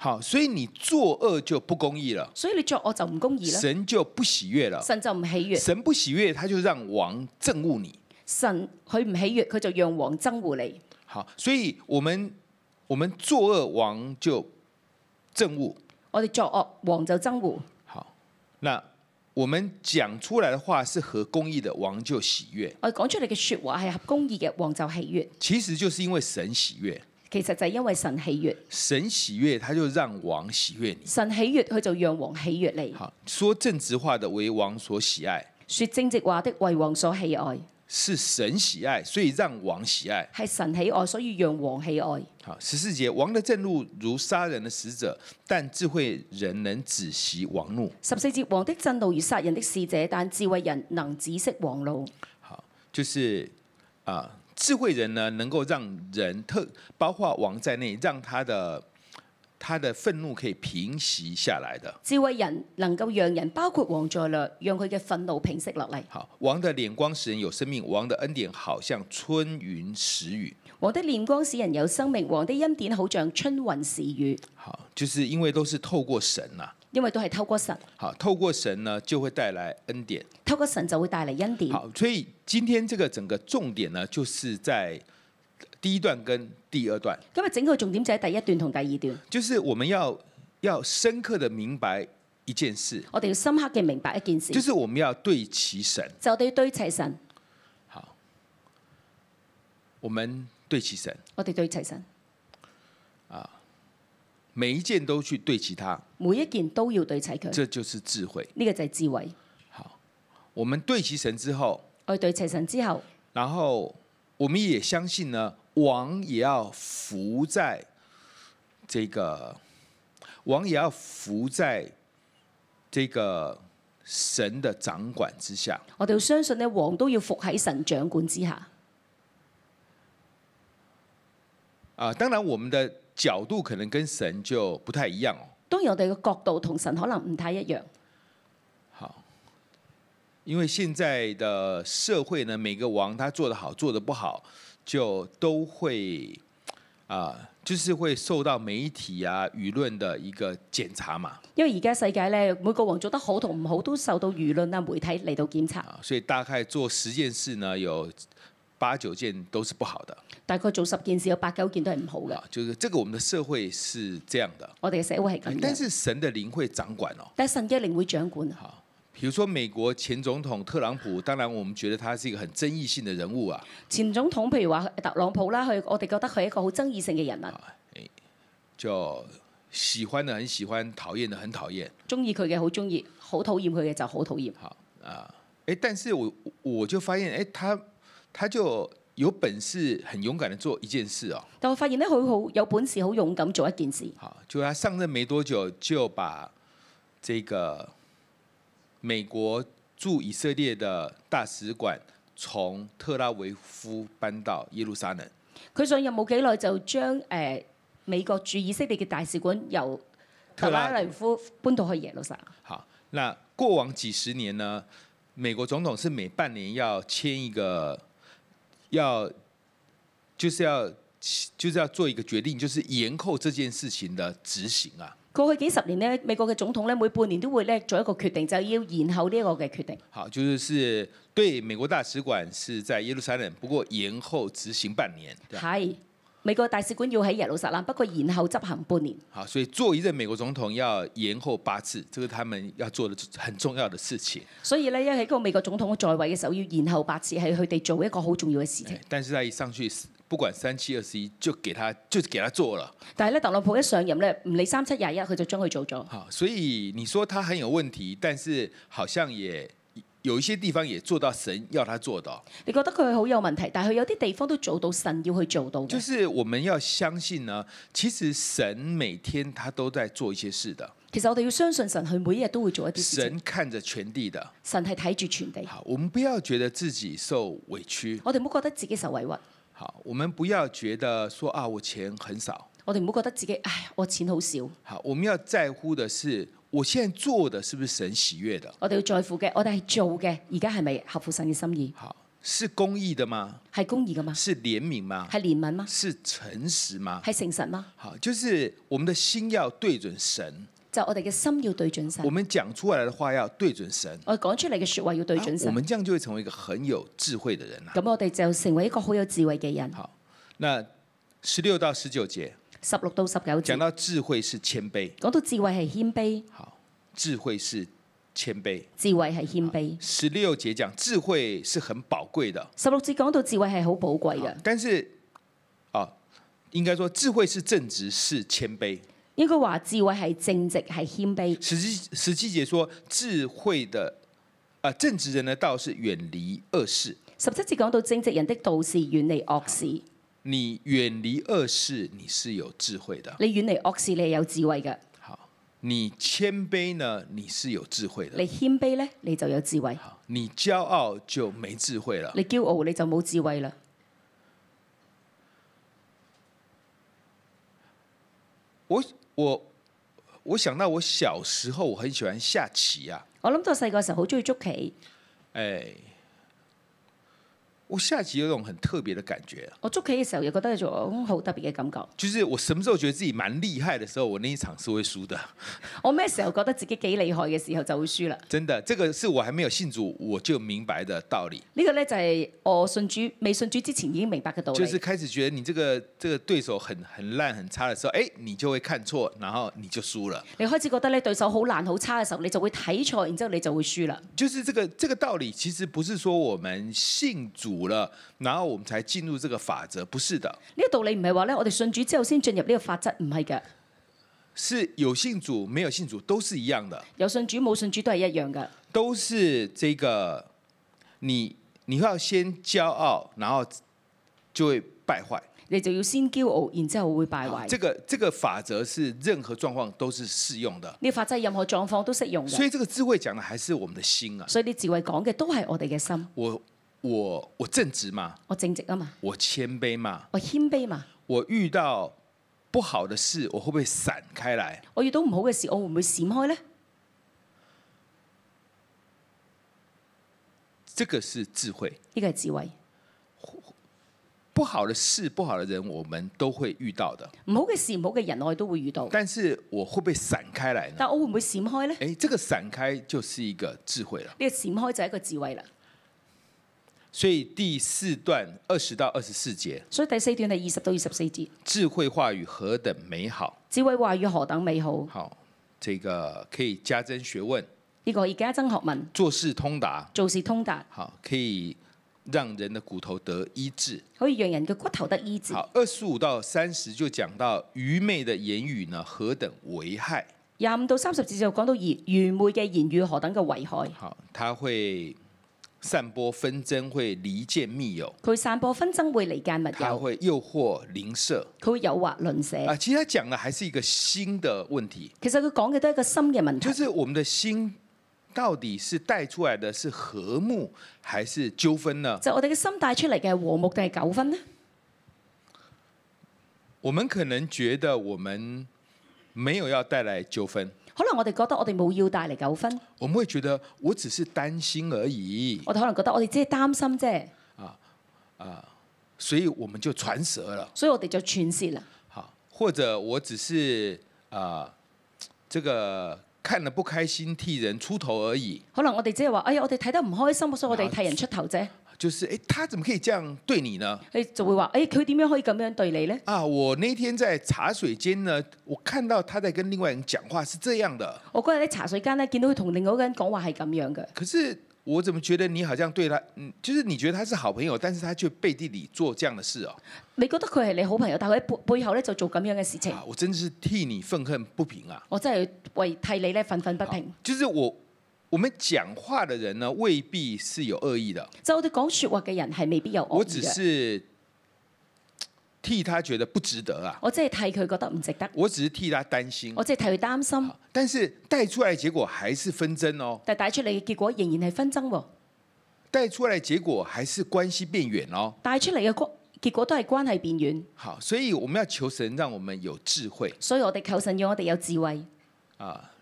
B: 好，所以你作恶就不公义了，
C: 所以你作惡就唔公義啦，
B: 神就不喜悦了。
C: 神就唔喜悅。
B: 神不喜悦，他就让王憎恶你。
C: 神佢唔喜悅，佢就讓王憎護你。
B: 好，所以我们我们作恶，王就憎恶。
C: 我哋作惡，王就憎護。
B: 好，那我们讲出来的话是合公义的，王就喜悦。
C: 我哋講出嚟嘅説話係合公義嘅，王就喜悅。
B: 其实就是因为神喜悦，
C: 其實就係因為神喜悅，
B: 神喜悦，他就让王喜悦你。
C: 神喜悅佢就讓王喜悅你。
B: 好，说正直话的为王所喜爱，
C: 說正直話的為王所喜愛，
B: 是神喜爱，所以讓王喜愛。
C: 係神喜愛，所以讓王喜愛。
B: 好，十四节，王的震怒如杀人的使者，但智慧人能止息王怒。
C: 十四節，王的震怒如殺人的使者，但智慧人能止息王怒。
B: 好，就是啊、智慧人呢，能够让人特包括王在内，让他的他的愤怒可以平息下来的。
C: 智慧人能夠讓人，包括王在內，讓佢嘅憤怒平息落嚟。
B: 好，王的脸光使人有生命，王的恩典好像春云时雨。
C: 王的念光使人有生命，王的恩典好像春雲時雨，
B: 好，就是因为都是透过神啊呐、
C: 因為都係透過神，
B: 好，透過神呢，就會帶來恩典。
C: 透過神就會帶嚟恩典。
B: 好，所以今天这个整個重點呢，就是在第一段跟第二段，
C: 今日整個重點就喺第一段同第二段，
B: 就是我們要要深刻的明白一件事，
C: 我哋要深刻嘅明白一件事，
B: 就是我們要對齊神，
C: 就我哋要對齊神，
B: 我們對齊神，
C: 我哋對齊神，
B: 每一件都去對齊它，
C: 每一件都要對齊佢。
B: 這就是智慧。
C: 呢個就係智慧。
B: 我們對齊神之後，
C: 我哋對齊神之後，
B: 然後我們也相信呢，王也要服在这个，王也要服在这个神的掌管之下。
C: 我哋要相信咧，王都要服喺神掌管之下。
B: 啊，当然我们的角度可能跟神就不太一样哦。
C: 當然我哋嘅角度同神可能唔太一樣，
B: 好，因为现在的社会呢，每个王他做得好，做得不好，就都会啊、就是会受到媒体啊、舆论的一个检查嘛。
C: 因為而家世界咧，每個王做得好同唔好都受到輿論啊、媒體嚟到檢查。
B: 啊，所以大概做十件事呢，有八九件都是不好的
C: 大概做十件事有八九件都係唔好嘅。
B: 啊，就是这个我们的社会是这样的，
C: 我哋嘅社會係咁
B: 嗯但
C: 樣，
B: 是神的灵会掌管哦。
C: 但係神嘅靈會掌管啊。
B: 比如说美国前总统特朗普，当然我们觉得他是一个很争议性的人物啊，
C: 前總統譬如話呃特朗普啦，佢我哋覺得佢係一個好爭議性嘅人物，
B: 就喜欢的很喜欢，讨厌的很讨厌。
C: 中意佢嘅好中意，好討厭佢嘅就好討厭。
B: 好啊，哎，但是我我就发现，哎，他他就有本事，很勇敢的做一件事哦。
C: 但我發現咧，佢好有本事，好勇敢做一件事。
B: 好，就他上任没多久，就把这个美国驻以色列的大使馆从特拉维夫搬到耶路撒冷。
C: 佢上任冇幾耐就將誒、呃美國駐以色列嘅大使館由特拉維夫搬到去耶路撒冷。
B: 好，那过往几十年呢，美国总统是每半年要签一个，要就是要就是要做一个决定，就是延后这件事情的执行啊。
C: 過去幾十年咧，美國嘅總統咧每半年都會咧做一個決定，就要延後呢一個嘅決定。
B: 好，就是是对美国大使馆是在耶路撒冷，不过延后执行半年。这样
C: 係美國大使館要喺耶路撒冷，不過延後執行半年。
B: 好，所以做一任美国总统要延后八次，这个他们要做的很重要的事情。
C: 所以咧，因為喺個美國總統在位嘅時候，要延後八次係佢哋做一個好重要嘅事情
B: 哎。但是他一上去，不管三七二十一，就给他就给他做了。
C: 但係咧，特朗普一上任咧，唔理三七廿一，佢就將佢做咗。
B: 好，所以你说他很有问题，但是好像也有一些地方也做到神要他做的哦，
C: 你覺得佢好有問題，但係佢有啲地方都做到神要去做到
B: 就
C: 嘅。
B: 是我们要相信呢，其实神每天他都在做一些事的，
C: 其實我哋要相信神，佢每一日都會做一啲事情。
B: 神看着全地的。
C: 神係睇住全地，
B: 好，我们不要觉得自己受委屈，
C: 我哋唔好覺得自己受委屈，
B: 好，我们不要觉得说啊我钱很少，
C: 我哋唔好覺得自己唉，我錢好少。
B: 好，我们要在乎的是我现在做的是不是神喜悦的，
C: 我哋要在乎嘅，我哋係做嘅，而家係咪合乎神嘅心意？
B: 好，是公义的吗？
C: 係公義嘅嘛？
B: 是怜悯吗？
C: 係憐憫嗎？
B: 是诚实吗？
C: 係誠實嗎？
B: 好，就是我们的心要对准神，
C: 就我哋嘅心要對準神
B: 我，们讲出来的话要对准神，
C: 我哋講出嚟嘅説話要對準
B: 啊我
C: 神。
B: 们这样就会成为一个很有智慧的人了。
C: 咁我哋就成為一個好有智慧嘅人。
B: 好，那十六到十九节
C: 十六到十
B: 讲
C: 九節
B: 到智慧是谦卑，
C: 講到智慧係謙卑，
B: 好，智慧是谦卑。
C: 智慧係謙卑。
B: 十六节讲智慧是很宝贵的，啊
C: 十六節講到智慧係好寶貴嘅。
B: 但是啊，应该说智慧是正直，是谦卑。
C: 應該話智慧係正直，係謙卑。
B: 十七十七节说智慧的啊、正直人的道是远离恶事，
C: 十七節講到正直人的道是遠離惡事，你
B: 你远离恶事，你是有智慧的。
C: 遠離惡事，你係有智慧嘅。
B: 好，你谦卑呢，你是有智慧的
C: 你。謙卑呢，你就有智慧；
B: 好，你骄傲就没智慧了。
C: 你驕傲你就冇智慧啦。
B: 我我我想到我小时候，我很喜欢下棋啊，
C: 我諗到細個時候好中意捉棋，
B: 哎，我下棋有种很特别的感觉，啊
C: 我捉棋嘅時候又覺得有種好特別嘅感覺。
B: 就是我什么时候觉得自己蛮厉害的时候，我那一场是会输的。
C: 我咩時候覺得自己幾厲害嘅時候就會輸啦。
B: 真的，这个是我还没有信主我就明白的道理，
C: 呢、個呢，就係我信主未信主之前已經明白嘅道理。
B: 就是开始觉得你这个这个对手很很烂很差的时候，哎，你就会看错，然后你就输了。
C: 你開始覺得咧對手好難好差嘅時候，你就會睇錯，然之後你就會輸啦。
B: 就是这个这个道理，其实不是说我们信主了，然后我们才进入这个法则，不是的，
C: 呢個道理唔係話咧，我哋信主之後先進入呢個法則，唔係嘅。
B: 是有信主没有信主都是一样的，
C: 有信主冇信主都係一樣嘅。
B: 都是这个你你要先驕傲，然后就会败坏。
C: 你就要先驕傲，然之後會敗壞。
B: 这
C: 呢、
B: 个这个法则是任何状况都是适用的。
C: 個法則任何狀況都適用
B: 所
C: 嘅。
B: 以这个智慧讲的还是我们的心啊。
C: 所以啲智慧講嘅都係我哋嘅心，
B: 我我我正直嘛，
C: 我正直啊嘛，
B: 我谦卑嘛，
C: 我謙卑嘛。
B: 我遇到不好的事，我会不会闪开来？
C: 我遇到唔好嘅事，我會唔會閃開呢？
B: 这个是智慧。
C: 呢個係智慧。
B: 不好的事、不好的人，我们都会遇到的。
C: 唔好嘅事、唔好嘅人，我哋都會遇到。
B: 但是我会不会闪开来呢？
C: 但我會唔會閃開呢？呢、
B: 诶，這個閃開就是一個智慧了。
C: 個閃開就係一個智慧啦。
B: 所以第四段二十到二十四節，
C: 所以第四段係二十到二十四節，
B: 智慧话语何等美好！
C: 智慧話語何等美好，呢、
B: 好，这個可以加增学问，
C: 個可以加增學問，
B: 做事通达，
C: 做事通達，
B: 好，可以让人的骨头得医治。
C: 可以讓人嘅骨頭得醫治。
B: 好，二十五到三十就講到愚昧的言語呢何等危害。
C: 廿五到三十節就講到愚愚昧嘅言語何等嘅危害，
B: 好，他會散播紛爭，會離間密友。
C: 佢散播紛爭會離間密
B: 他
C: 友，
B: 会诱惑邻舍
C: 佢會誘惑鄰舍。
B: 啊。其实他講的还是一个新的问题，
C: 其實佢講嘅都係一個心嘅問題
B: 就，是我们的心到底是带出来的是和睦还是纠纷呢？
C: 就我哋嘅心帶出嚟嘅係和睦定係糾紛呢？
B: 我们可能觉得我们没有要带来纠纷，
C: 可能我哋覺得我哋冇要帶嚟糾紛，
B: 我们会觉得我只是担心而已，
C: 我哋可能覺得我哋只係擔心啫，
B: 所以我们就传舌了。
C: 所以我哋就串舌啦。
B: 好，或者我只是啊、呃这个看了不开心，替人出头而已。
C: 可能我哋只係話：哎呀，我哋睇得唔開心，所以我哋替人出頭啫。
B: 就是诶，他怎么可以這樣對你呢？
C: 佢就會話：哎，佢點樣可以咁樣對你呢？
B: 啊，我那天在茶水间呢，我看到他在跟另外人講話是這樣的，
C: 我嗰日喺茶水間咧，見到佢同另外一個人講話係咁樣嘅。
B: 可是我怎么觉得你好像對他，嗯，就是你觉得他是好朋友，但是他却背地里做這樣的事哦。
C: 你覺得佢係你好朋友，但佢喺背背後咧就做咁樣嘅事情
B: 嗯啊，，我真的是替你憤恨不平啊！啊
C: 我真係為替你咧憤憤不平。
B: 就是我我们讲话的人呢，未必是有恶意的，
C: 就我哋講説話嘅人係未必有惡
B: 我
C: 意
B: 只
C: 嘅，
B: 是替他觉得不值得啊，
C: 我只係替佢覺得唔值得，
B: 我只是替他担心啊
C: 我。只係替佢擔心，
B: 但是带出来的结果还是纷争哦，
C: 但係帶出嚟嘅結果仍然係紛爭喎，
B: 带出来的结果还是关系变远哦。
C: 帶出嚟嘅關結果都係關係變遠，
B: 好，所以我们要求神让我们有智慧
C: 所以我哋求神讓我哋有智慧，
B: 啊。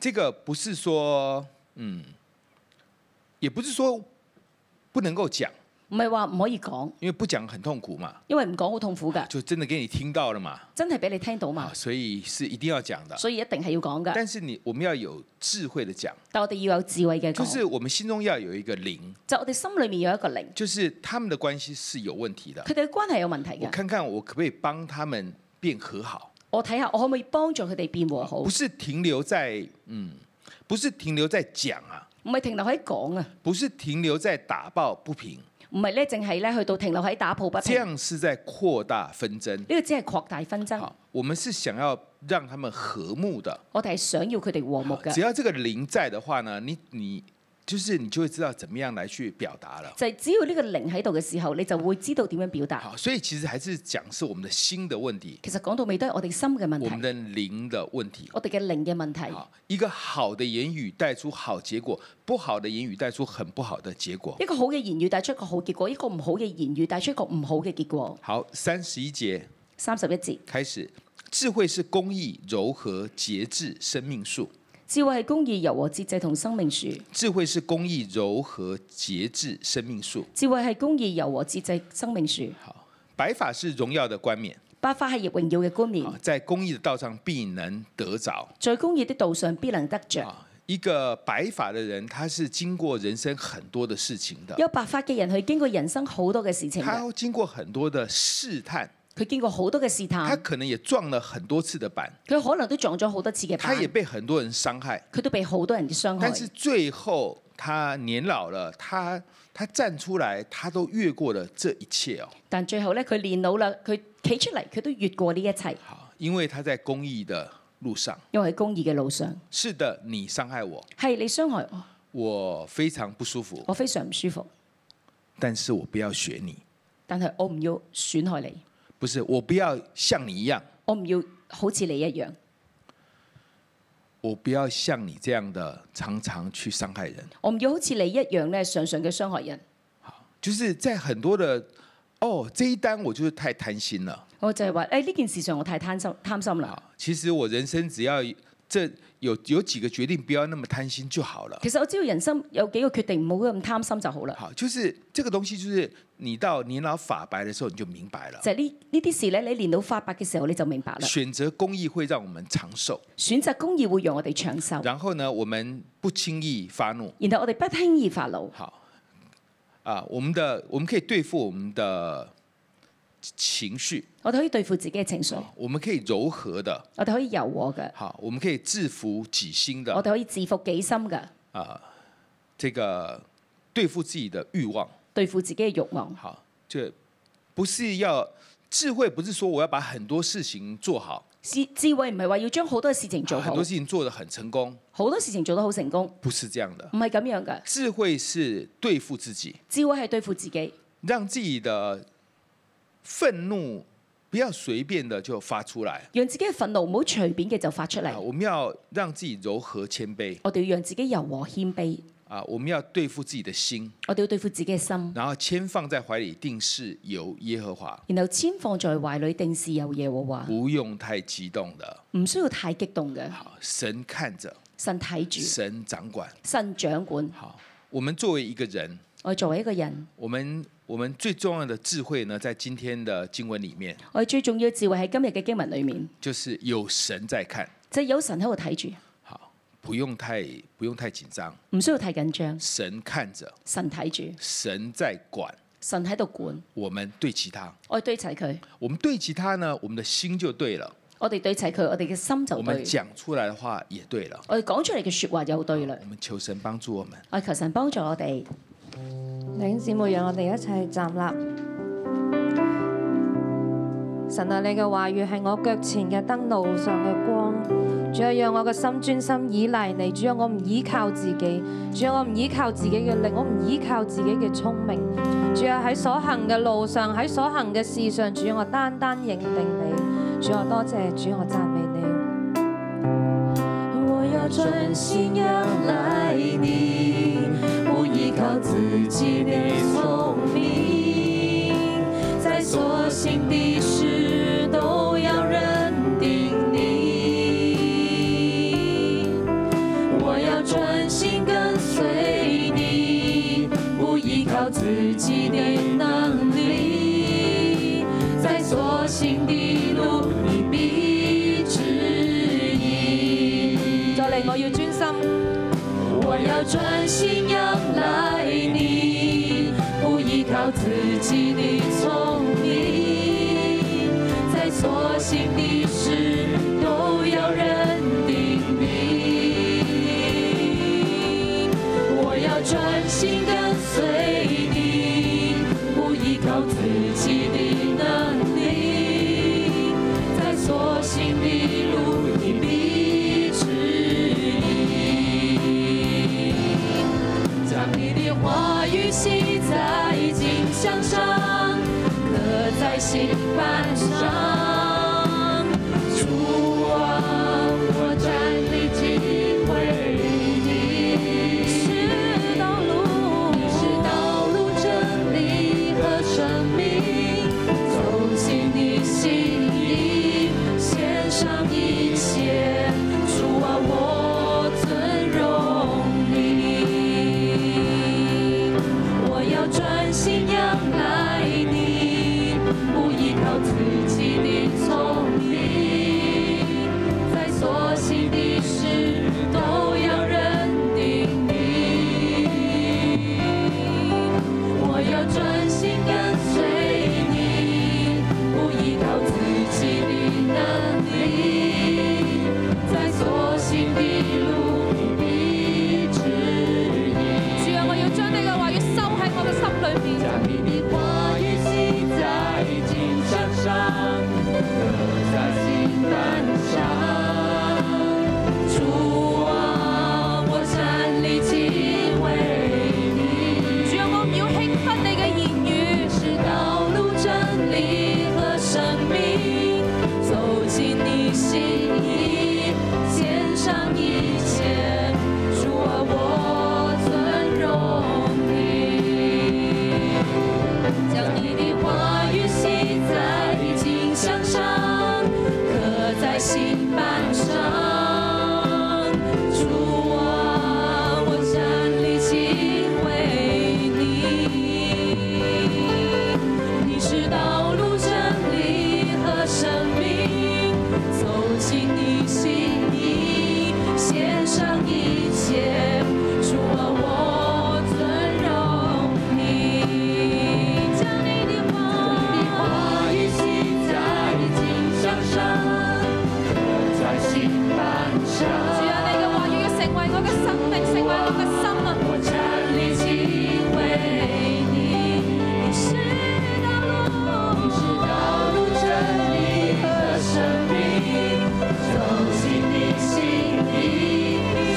B: 这个不是说，嗯，也不是说不能够讲，
C: 唔係話唔可以講，
B: 因为不讲很痛苦嘛，
C: 因為唔講好痛苦㗎，
B: 就真的给你听到了嘛。
C: 真係俾你聽到
B: 啊
C: 嘛，，
B: 所以是一定要讲的。
C: 所以一定係要講㗎，
B: 但是你我们要有智慧的讲，
C: 但我哋要有智慧嘅
B: 就
C: 講，
B: 是我们心中要有一个灵，
C: 就我哋心裏面有一個靈，
B: 就是他们的关系是有问题的
C: 佢。哋嘅關係有問題
B: 我
C: 㗎，
B: 看看我可不可以啊幫他們变和好，
C: 我睇下我可唔可以幫助佢哋變和好，
B: 不
C: 唔
B: 是停留在嗯，不是停留在讲啊，
C: 係停留喺講啊，
B: 不是停留在打抱不平，
C: 唔係咧，淨係咧去到停留喺打抱不
B: 这
C: 平，呢
B: 样是在扩大纷争。
C: 個只係擴大紛爭。
B: 好，我们是想要让他们和睦的，
C: 我哋係想要佢哋和睦嘅，
B: 只要这个灵在的话呢，你你就是你就会知道怎么样来去表达了。
C: 就係只要呢個靈喺度嘅時候，你就會知道點樣表達。
B: 好，所以其实还是讲是我们的心的问题，
C: 其實講到尾都係我哋心嘅問
B: 我们
C: 題，
B: 的灵的问题。
C: 我哋嘅靈嘅問題。
B: 好，一个好的言语带出好结果，不好的言语带出很不好的结果。
C: 一個好嘅言語帶出一個好結果，一個唔好嘅言語帶出一個唔好嘅結果。
B: 好，三十一节
C: 三十一節，
B: 开始，智慧是公义、柔和、节制、生命树。
C: 智慧係公義、柔和、節制同生命樹。
B: 智慧是公义、柔和、节制、生命树。
C: 智慧係公義、柔和、節制、生命樹。
B: 好，白发是榮耀的冠冕
C: 百花係榮耀嘅冠冕
B: 啊，，在公义的道上必能得着。
C: 在公義的道上必能得着。
B: 啊，一个白发的人，他是经过人生很多的事情的，
C: 有白髮嘅人，佢經過人生好多嘅事情嘅，
B: 啊他经过很多的试探，
C: 佢經過好多嘅試
B: 他
C: 探，
B: 可能也撞了很多次的板，
C: 佢可能都撞咗好多次嘅
B: 他
C: 板
B: 也，被很多人伤害，
C: 佢都被好多人嘅傷害
B: 但。是最后他年老了，他他站出来，他都越过了这一切哦。
C: 但最後咧，佢練到啦，佢企出嚟，佢都越過呢一切，
B: 好，因为他在公益的路上。
C: 因為喺公義嘅路上，
B: 是的，你伤害我，
C: 係你傷害
B: 啊
C: 我，
B: 我非常不舒服，
C: 我非常唔舒服，
B: 但是我不要学你，
C: 但係我唔要損害你，
B: 不是我不要像你一样，
C: 我唔要好似你一樣，
B: 我不要像你这样的常常去伤害人。
C: 我唔要好似你一樣咧，常常嘅傷害人。
B: 就是在很多的哦，这一单我就是太贪心了
C: 我就係話，誒、呢件事上我太貪心貪心啦。
B: 啊。其实我人生只要这有有几个决定，不要那么贪心就好了。
C: 其實我知道人生有幾個決定，唔好咁貪心就好啦。
B: 好，就是这个东西，就是你到年老发白的时候，你就明白了。
C: 就係呢呢啲事咧，你練到發白嘅時候你就明白啦。
B: 选择公益会让我们长寿，
C: 選擇公義會讓我哋長壽，
B: 然后呢，我们不轻易发怒。
C: 然後我哋不輕易發怒，
B: 好，啊，我们的我们可以对付我们的情绪，
C: 我哋可以對付自己嘅情緒，
B: 我们可以柔和的，
C: 我哋可以柔和嘅，
B: 好，我们可以制服己心
C: 我
B: 的，
C: 哋可以自服己心嘅。
B: 这个对付自己的欲望，
C: 對付自己嘅慾望。
B: 好，这不是要智慧，不是说我要把很多事情做好，啊
C: 智智慧唔係話要將好多事情做
B: 很
C: 好，
B: 多事情做得很成功，
C: 好多事情做得好成功，
B: 不是这样的。
C: 唔係咁樣嘅。
B: 智慧是对付自己，
C: 智慧係對付自己，
B: 让自己的愤怒不要随便的就发出来。
C: 讓自己嘅憤怒唔好隨便嘅就發出
B: 啊，
C: 嚟。
B: 我们要让自己柔和谦卑
C: 我哋要讓自己柔和謙卑，
B: 啊，我们要对付自己的心，
C: 我哋要對付自己嘅心，
B: 然后千放在怀里，定是由耶和华，
C: 然後千放在懷裏，定是有耶和華。
B: 不用太激动的。
C: 唔需要太激動嘅，
B: 好，神看着，
C: 神睇住，
B: 神掌管。
C: 神掌管。
B: 好，我们作为一个人，
C: 我哋作為一個人，
B: 我们我们最重要的智慧呢，在今天的经文里面，
C: 我哋最重要嘅智慧喺今日嘅經文裏面，
B: 就是有神在看。
C: 就係有神喺度睇住，
B: 好，不用太不用太紧张，
C: 唔需要太緊張。
B: 神看着，
C: 神睇住，
B: 神在管。
C: 神喺度管，
B: 我们对齐他，
C: 我哋對齊佢，
B: 我们对齐他呢，我们的心就对了，
C: 我哋對齊佢，我哋嘅心就
B: 我们
C: 對。
B: 讲出来的话也对了。
C: 我哋講出嚟嘅説話有對啦
B: 我。们求神帮助我们。
C: 我求神幫助我哋，
D: 弟兄姊妹，讓我哋一齊站立。神啊，你嘅話語係我腳前嘅燈，路上嘅光。主啊，讓我嘅心專心依賴你。主啊，我唔依靠自己。主啊，我唔依靠自己嘅力，我唔依靠自己嘅聰明。主啊，喺所行嘅路上，喺所行嘅事上，主啊，我單單認定你。主啊，多謝主，我讚美你。
E: 我要专心仰赖你，不依靠自己的聪明，在所行的事都要认定你。我要专心跟随你，不依靠自己的能力，在所行的路你必指引。
D: 再嚟，我要專心。
E: 我要专心仰赖你，不依靠自己的聪明，在所行的事都要认定你。我要专心跟随你，不依靠自己的能力，在所行的路你必指引，将你的话语系在镜像上，刻在心板上。主啊，我站立敬畏你，是道路，你是道路真理和生命，走进你心意，献上一切。主啊，我尊荣你。我要专心仰赖你，不依靠自己的聪明，在所行的事都要认定你。我要专心跟随你，不依靠自己的能力，在所行的路你必指引。
F: 主啊，我要將你嘅話語收喺我嘅心裏面，
E: 将你的话语系在金像上，刻在心板上。主啊，我站立敬畏你。
F: 主啊，我唔要輕忽你嘅言語，
E: 是道路、真理和生命，走进你心意，献上一切，主啊，我尊荣你。将你的话语系在镜像上，刻在心板上。主啊，我站立敬畏你，你是道路、真理和生命，走进你心意，献上一切。主啊，我尊荣你。将你的话语系在镜像上，刻在心板上。
F: 主啊，你嘅話語要成為我嘅生命，成為我嘅心啊！
E: 我站立敬畏你，你是道路，你是道路真理和生命，走进你心意，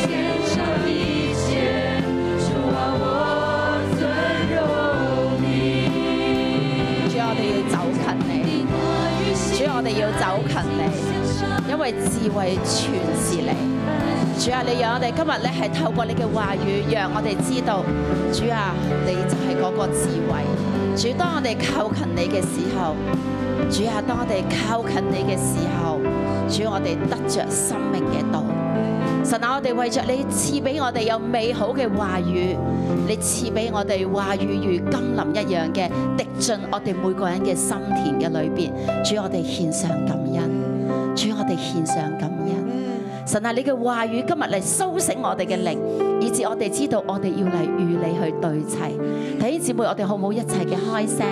E: 献上一切，主啊，我尊荣你。
G: 主，我哋要走近你，主，我哋要走近你，因為智慧全是你。主啊，你讓我哋今日咧係透過你嘅話語，讓我哋知道，主啊，你就係嗰個智慧。主，當我哋靠近你嘅時候，主啊，當我哋靠近你嘅時候，主，我哋得着生命嘅道。神啊，我哋為着你賜俾我哋有美好嘅話語，你賜俾我哋話語如甘霖一樣嘅滴進我哋每個人嘅心田嘅裏邊。主，我哋獻上感恩，主，我哋獻上感恩。神啊，你嘅話語今日嚟蘇醒我哋嘅靈，以致我哋知道我哋要嚟與你去對齊。弟兄姊妹，我哋好唔好一齊嘅開聲？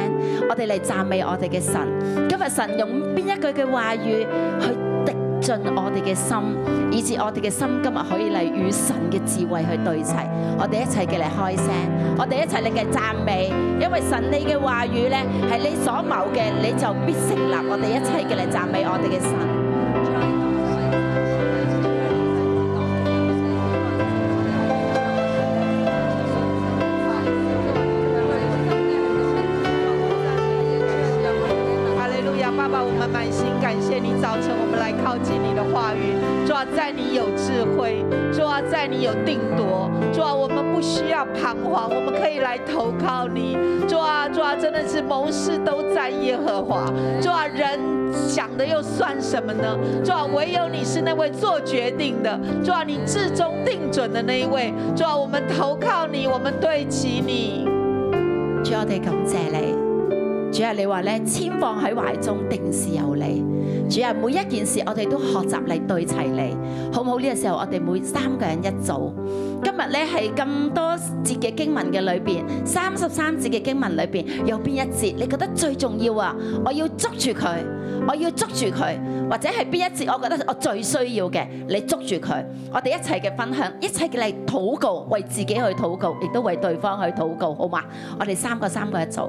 G: 我哋嚟讚美我哋嘅神。今日神用邊一句嘅話語去滴進我哋嘅心，以致我哋嘅心今日可以嚟與神嘅智慧去對齊。我哋一齊嘅嚟開聲，我哋一齊嚟嘅讚美，因為神你嘅話語呢係你所謀嘅，你就必成立。我哋一齊嘅嚟讚美我哋嘅神。
E: 我我们满心感谢你，早晨我们来靠近你的话语。主啊，在你有智慧，主啊，在你有定夺。主啊，我们不需要彷徨，我们可以来投靠你。主啊，主啊，真的是谋事都在耶和华。主啊，人想的又算什么呢？主啊，唯有你是那位做决定的。主啊，你至终定准的那一位。主啊，我们投靠你，我们对齐你。
G: 主，我哋感謝你。主啊，你話咧，千放喺懷中，定是有你。主啊，每一件事我哋都學習嚟對齊你，好唔好？呢、個時候我哋每三個人一組。今日咧係咁多節嘅經文嘅裏邊，三十三節嘅經文裏邊，有邊一節你覺得最重要啊？我要捉住佢，我要捉住佢，或者係邊一節我覺得我最需要嘅，你捉住佢。我哋一齊嘅分享，一齊嘅嚟禱告，為自己去禱告，亦都為對方去禱告，好嘛？我哋三個三個一組。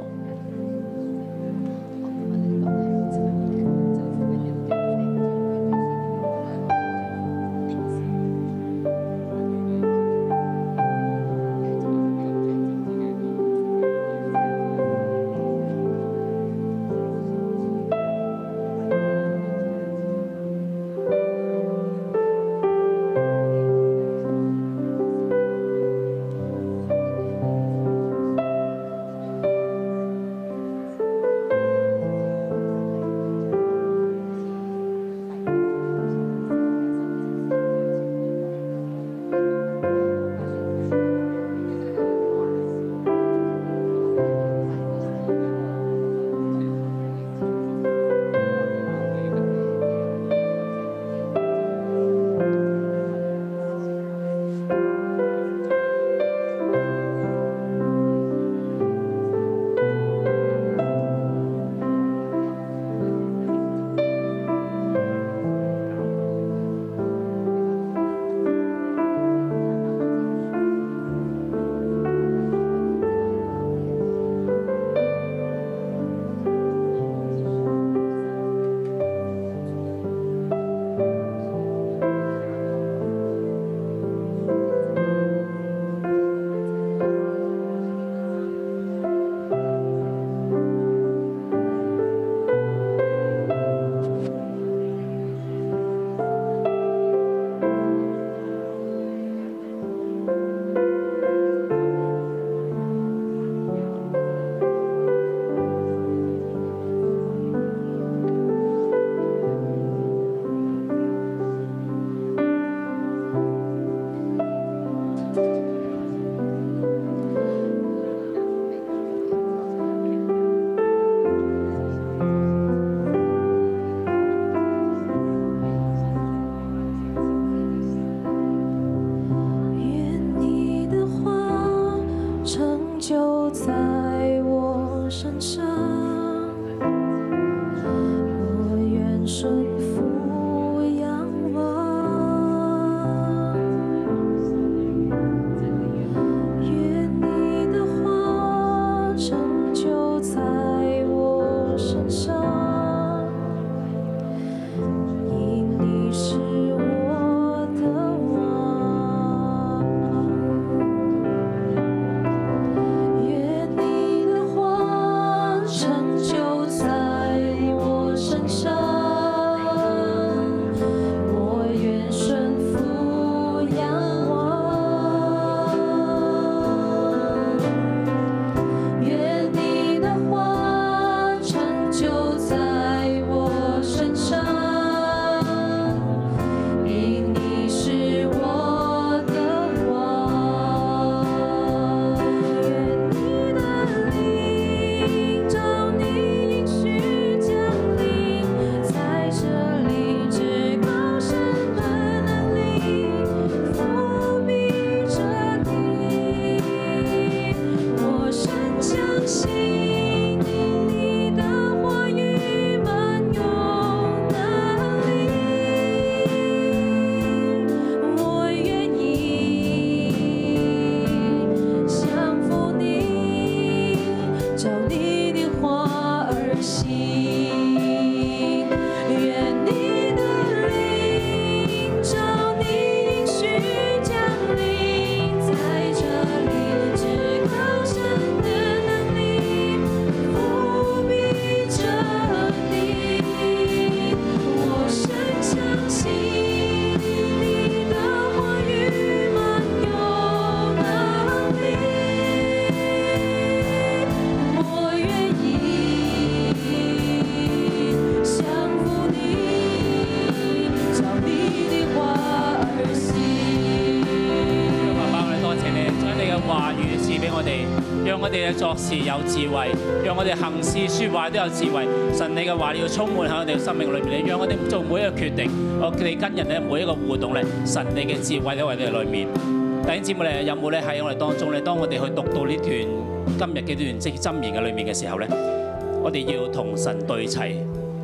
D: 愿你的话成就在我身上，我愿顺服仰望。愿你的话成就在我身上。因你是我的王，愿你的话成就在我身上。
H: 啊話語賜俾我哋，讓我哋嘅作事有智慧，讓我哋行事説話都有智慧。神你嘅話你要充滿喺我哋嘅生命裏面，你讓我哋做每一個決定，我哋跟人咧每一個互動咧，神你嘅智慧喺我哋裏面。弟兄姊妹咧，有冇咧喺我哋當中咧？當我哋去讀到呢段今日嘅呢段即箴言嘅裏面嘅時候咧，我哋要同神對齊。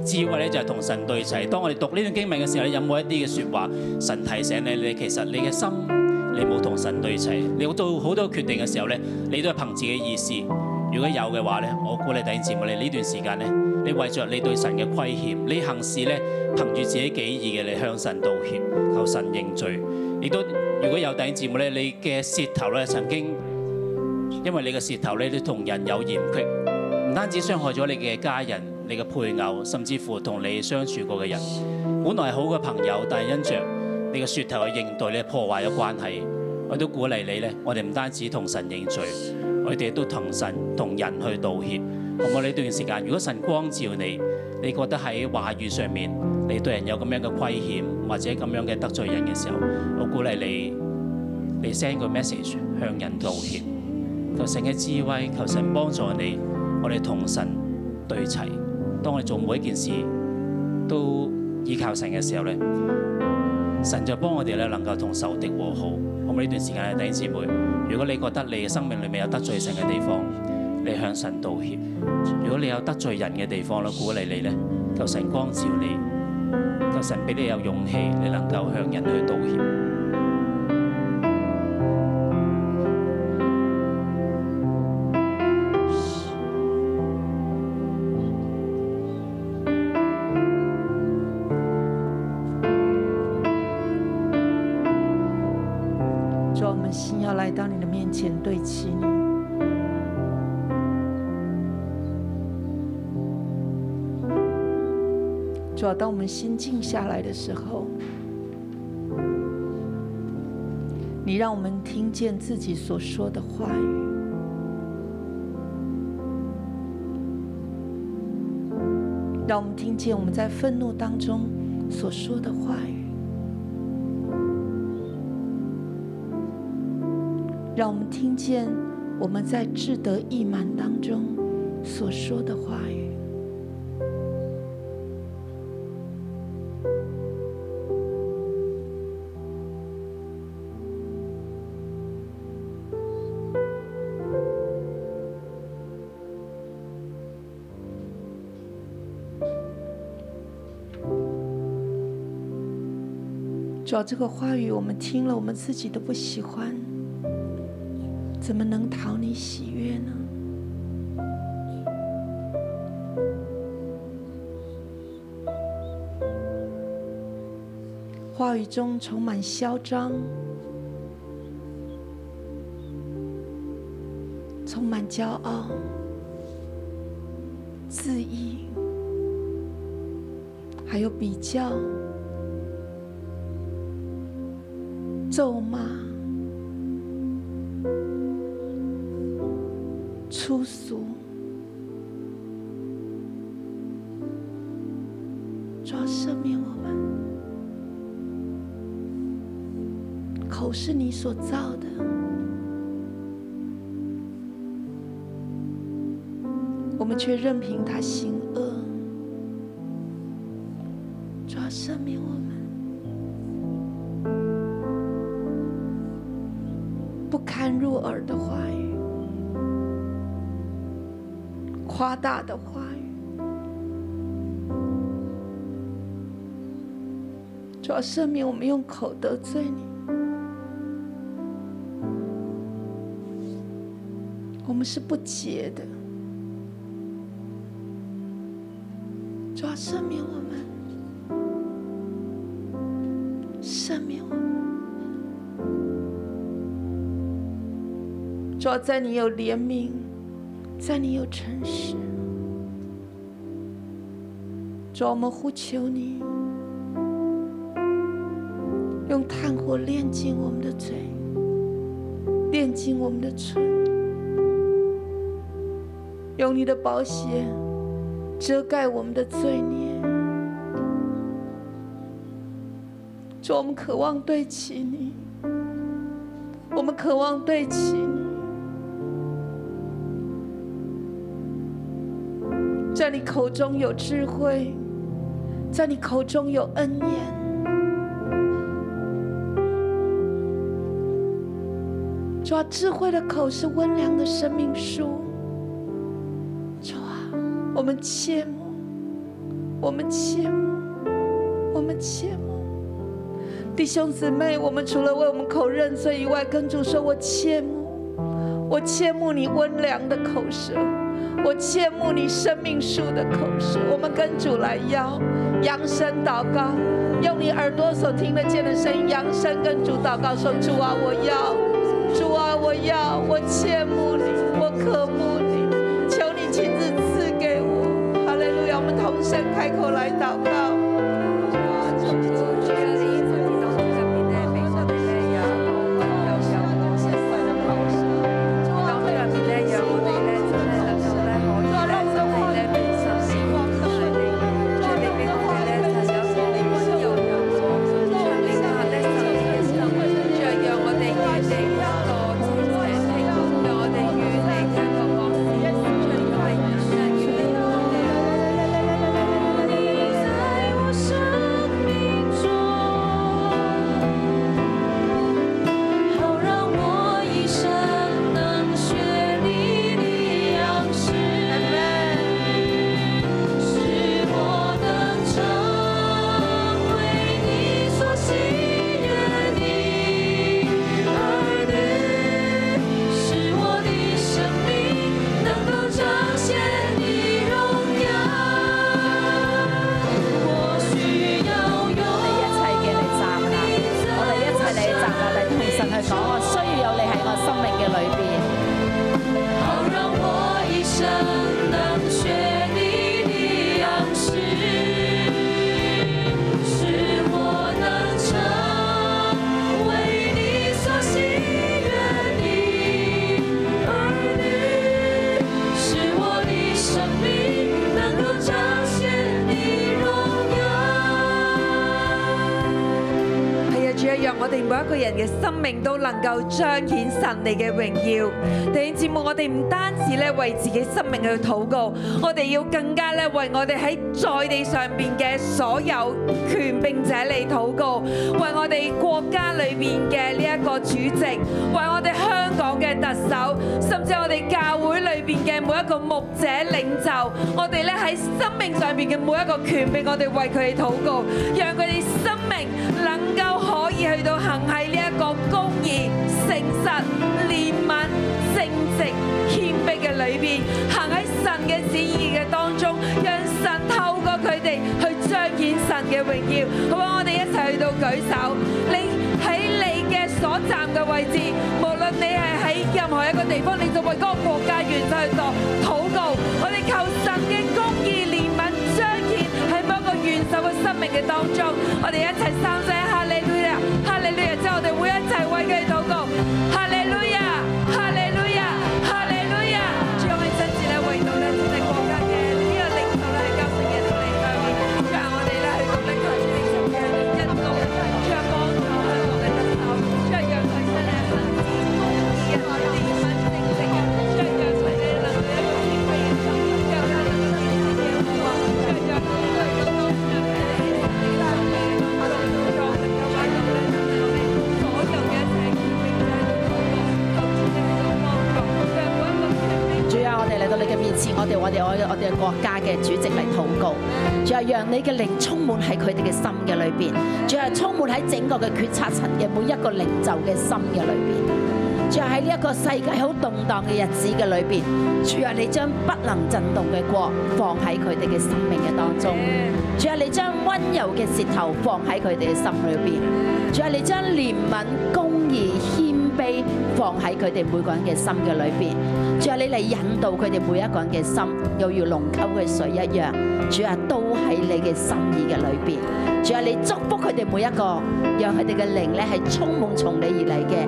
H: 智慧咧就係同神對齊。當我哋讀呢段經文嘅時候，你有冇一啲嘅説話，神提醒你，你其實你嘅心你冇同神對齊。你做好多決定嘅時候咧，你都係憑自己意思。如果有嘅話咧，我鼓勵弟兄姊妹，你呢段時間咧，你為着你對神嘅虧欠，你行事咧憑住自己己意嘅嚟向神道歉，求神認罪。亦都如果有弟兄姊妹咧，你嘅舌頭咧曾經因為你嘅舌頭咧，你同人有嫌隙。唔單止傷害咗你嘅家人、你嘅配偶，甚至乎同你相處過嘅人，本來係好嘅朋友，但係因着你嘅舌頭去應對咧，破壞咗關係。我都鼓勵你咧，我哋唔單止同神認罪，我哋都同神、同人去道歉。好唔好？呢段時間，如果神光照你，你覺得喺話語上面你對人有咁樣嘅虧欠，或者咁樣嘅得罪人嘅時候，我鼓勵你，你 send 個 message 向人道歉。求神嘅智慧，求神幫助你，我哋同神對齊。當我哋做每一件事都依靠神嘅時候咧，神就幫我哋咧能夠同仇敵和好。好唔好呢段時間咧，弟兄姊妹，如果你覺得你嘅生命裏面有得罪神嘅地方，你向神道歉；如果你有得罪人嘅地方咧，鼓勵你咧，求神光照你，求神俾你有勇氣，你能夠向人去道歉。
I: 主啊，我们心要来到你的面前，对齐你。主啊，当我们心静下来的时候，你让我们听见自己所说的话语。让我们听见我们在愤怒当中所说的话语。让我们听见我们在志得意满当中所说的话语。主要这个话语，我们听了，我们自己都不喜欢。怎么能讨你喜悦呢？话语中充满嚣张，充满骄傲、自意，还有比较、咒骂。粗俗。主要赦免我们，口是你所造的，我们却任凭它行恶。主要赦免我们，不堪入耳的话语。夸大的话语。主要赦免我们用口得罪你，我们是不洁的。主要赦免我们，赦免我们。主要在你有怜悯。在你有诚实。主啊，我们呼求你，用炭火炼净我们的嘴，炼净我们的唇，用你的宝血遮盖我们的罪孽。主啊，我们渴望对齐你，我们渴望对齐你。
J: 在你口中有智慧，在你口中有恩典。主啊，智慧的口是温良的生命树。主啊，我们切慕，我们切慕，我们切慕。弟兄姊妹，我们除了为我们口认罪以外，跟主说：“我切慕，我切慕你温良的口舌，我切慕你生命树的口舌。”我们跟主来邀，扬声祷告，用你耳朵所听得见的声音，扬声跟主祷告说：“主啊，我要，主啊，我要，我切慕你，我渴慕你，求你亲自赐给我。”哈利路亚！我们同声开口来祷告。
E: 在我生命中，好让我一生能学你的样式，使我能成为你所喜悦的儿女，使我的生命能够彰显你荣耀。我需要
G: 我哋一切嘅嚟站立，我哋一齊嚟站立，嚟同神去講，我需要有你喺我生命嘅裏邊。
E: 好让我一生能学你的样式，使我能成为你所喜悦的儿女，使我的生命能够彰显你荣耀。
I: 系啊，主啊，让我哋每一个人嘅生命都能够彰显神你嘅荣耀。弟兄姊妹，我哋唔单止咧为自己生命去祷告，我哋要更加咧为我哋喺在地上边嘅所有权柄者嚟祷告，为我哋国家里边嘅呢一个主席，为我哋香港嘅特首，甚至我哋教会里边嘅每一个牧者领袖，我哋咧喺生命上边嘅每一个权柄，我哋为佢哋祷告，让佢哋生命能夠可以去到行喺呢一個公義、誠實、憐憫、正直、謙卑嘅裏邊，行喺神嘅旨意嘅當中，讓神透過佢哋去彰顯神嘅榮耀。好啊，我哋一齊去到舉手，你喺你嘅所站嘅位置，無論你係喺任何一個地方，你就為嗰個國家元首去做禱告。我哋求神嘅公義、憐憫、彰顯喺某一個元首嘅生命嘅當中，我哋一齊三聲哈利路亞，哈利路亞！之後我哋會一齊為佢哋禱告，哈利路亞，哈利路亞，哈利路亞！主我哋真摯咧為到咧我哋國家嘅呢個領袖咧係交成嘅到嚟向我哋，主啊我哋咧去到咧佢領袖嘅一路，主啊幫助香港嘅特首，主啊讓佢真係行之公義嘅愛憐憫正直嘅，主啊讓佢咧能夠一個敬畏嘅心，主啊能夠真正嘅愛，主啊讓佢咧能夠真係
G: 主啊，我哋嚟到你嘅面前，我哋我哋我我哋國家嘅主席嚟禱告。主啊，讓你嘅靈充滿喺佢哋嘅心嘅裏邊，主啊，充滿喺整個嘅決策層嘅每一個領袖嘅心嘅裏邊。主啊，喺呢一個世界好動盪嘅日子嘅裏邊，主啊，你將不能震動嘅國放喺佢哋嘅生命嘅當中。主啊，你將温柔嘅舌頭放喺佢哋嘅心裏邊。主啊，你將憐憫、公義、謙卑放喺佢哋每個人嘅心嘅裏邊。主啊，你嚟引導佢哋每一個人嘅心，又如龍溝嘅水一樣。主啊，都喺你嘅心意嘅裏邊。主啊，你祝福佢哋每一個，讓佢哋嘅靈咧係充滿從你而嚟嘅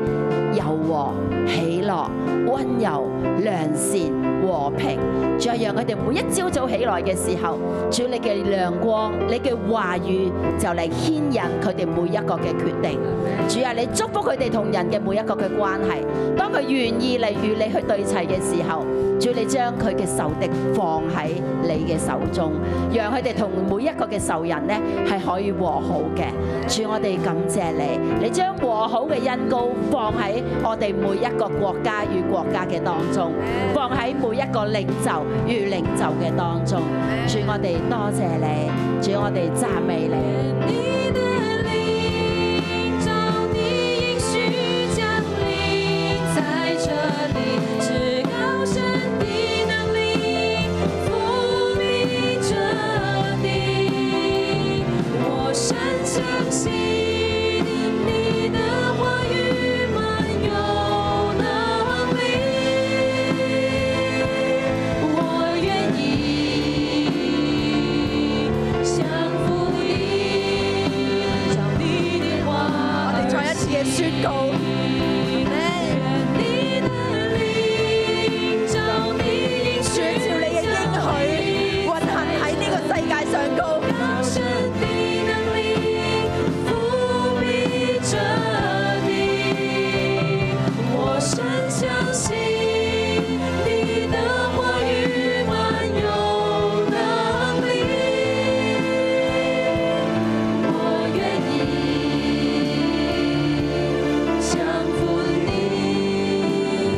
G: 柔和、喜樂、温柔、良善、和平。主啊，讓佢哋每一朝早起來嘅時候，主你嘅亮光、你嘅話語就嚟牽引佢哋每一個嘅決定。主啊，你祝福佢哋同人嘅每一個嘅關係。當佢願意嚟與你去對齊嘅時候，主你將佢嘅仇敵放喺你嘅手中，讓佢哋同每一個嘅仇人呢係可以和好嘅。主，我哋感謝你，你將和好嘅恩膏放喺我哋每一個國家與國家嘅當中，放喺每一個領袖與領袖嘅當中。主，我哋多謝你，主，我哋讚美你。
D: 照你应许降临在这里，至高神的能力覆庇这地。我深相信你的话语满有能力，我愿意降服你。我哋再一次嘅宣告。
I: 主照你嘅應許，運行喺呢個世界上高。
D: 我深相信你的话语满有能力，我愿意降服你，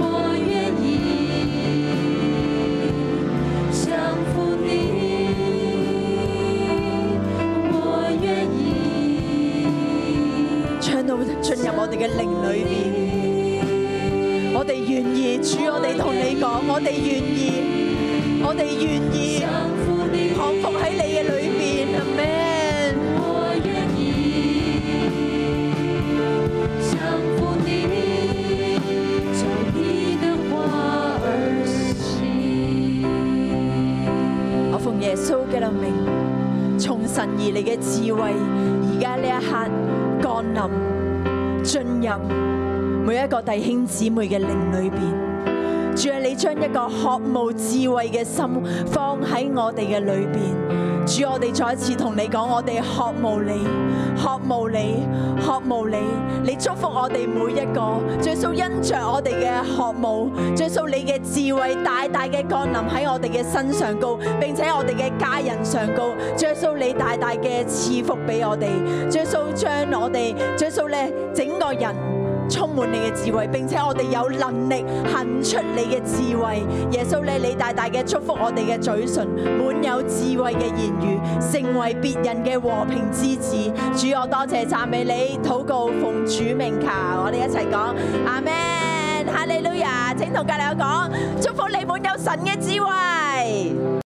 D: 我愿意降服你，我愿意。
I: 唱到進入我哋嘅靈裏邊，我哋願意，主，我哋同你講，我哋願意，我哋願意，降服喺你嘅裏邊，Amen。
D: 我愿意降服你，照你的话而行。
I: 我奉耶穌嘅名，從神而嚟嘅智慧，而家呢一刻降臨，進入每一個弟兄姊妹嘅靈裏邊。主啊，你將一個渴慕智慧嘅心放喺我哋嘅裏邊。主，我哋再一次同你講，我哋渴慕你，渴慕你，渴慕你。你祝福我哋每一個，最數因着我哋嘅渴慕，最數你嘅智慧大大嘅降臨喺我哋嘅身上高，並且我哋嘅家人上高。最數你大大嘅賜福俾我哋，最數將我哋，最數咧整個人。充滿你嘅智慧，並且我哋有能力行出你嘅智慧。耶穌咧，你大大嘅祝福我哋嘅嘴唇，滿有智慧嘅言語，成為別人嘅和平之子。主，我多謝讚美你，禱告奉主名求，我哋一齊講阿門，哈利路亞！請同隔離我講，祝福你滿有神嘅智慧。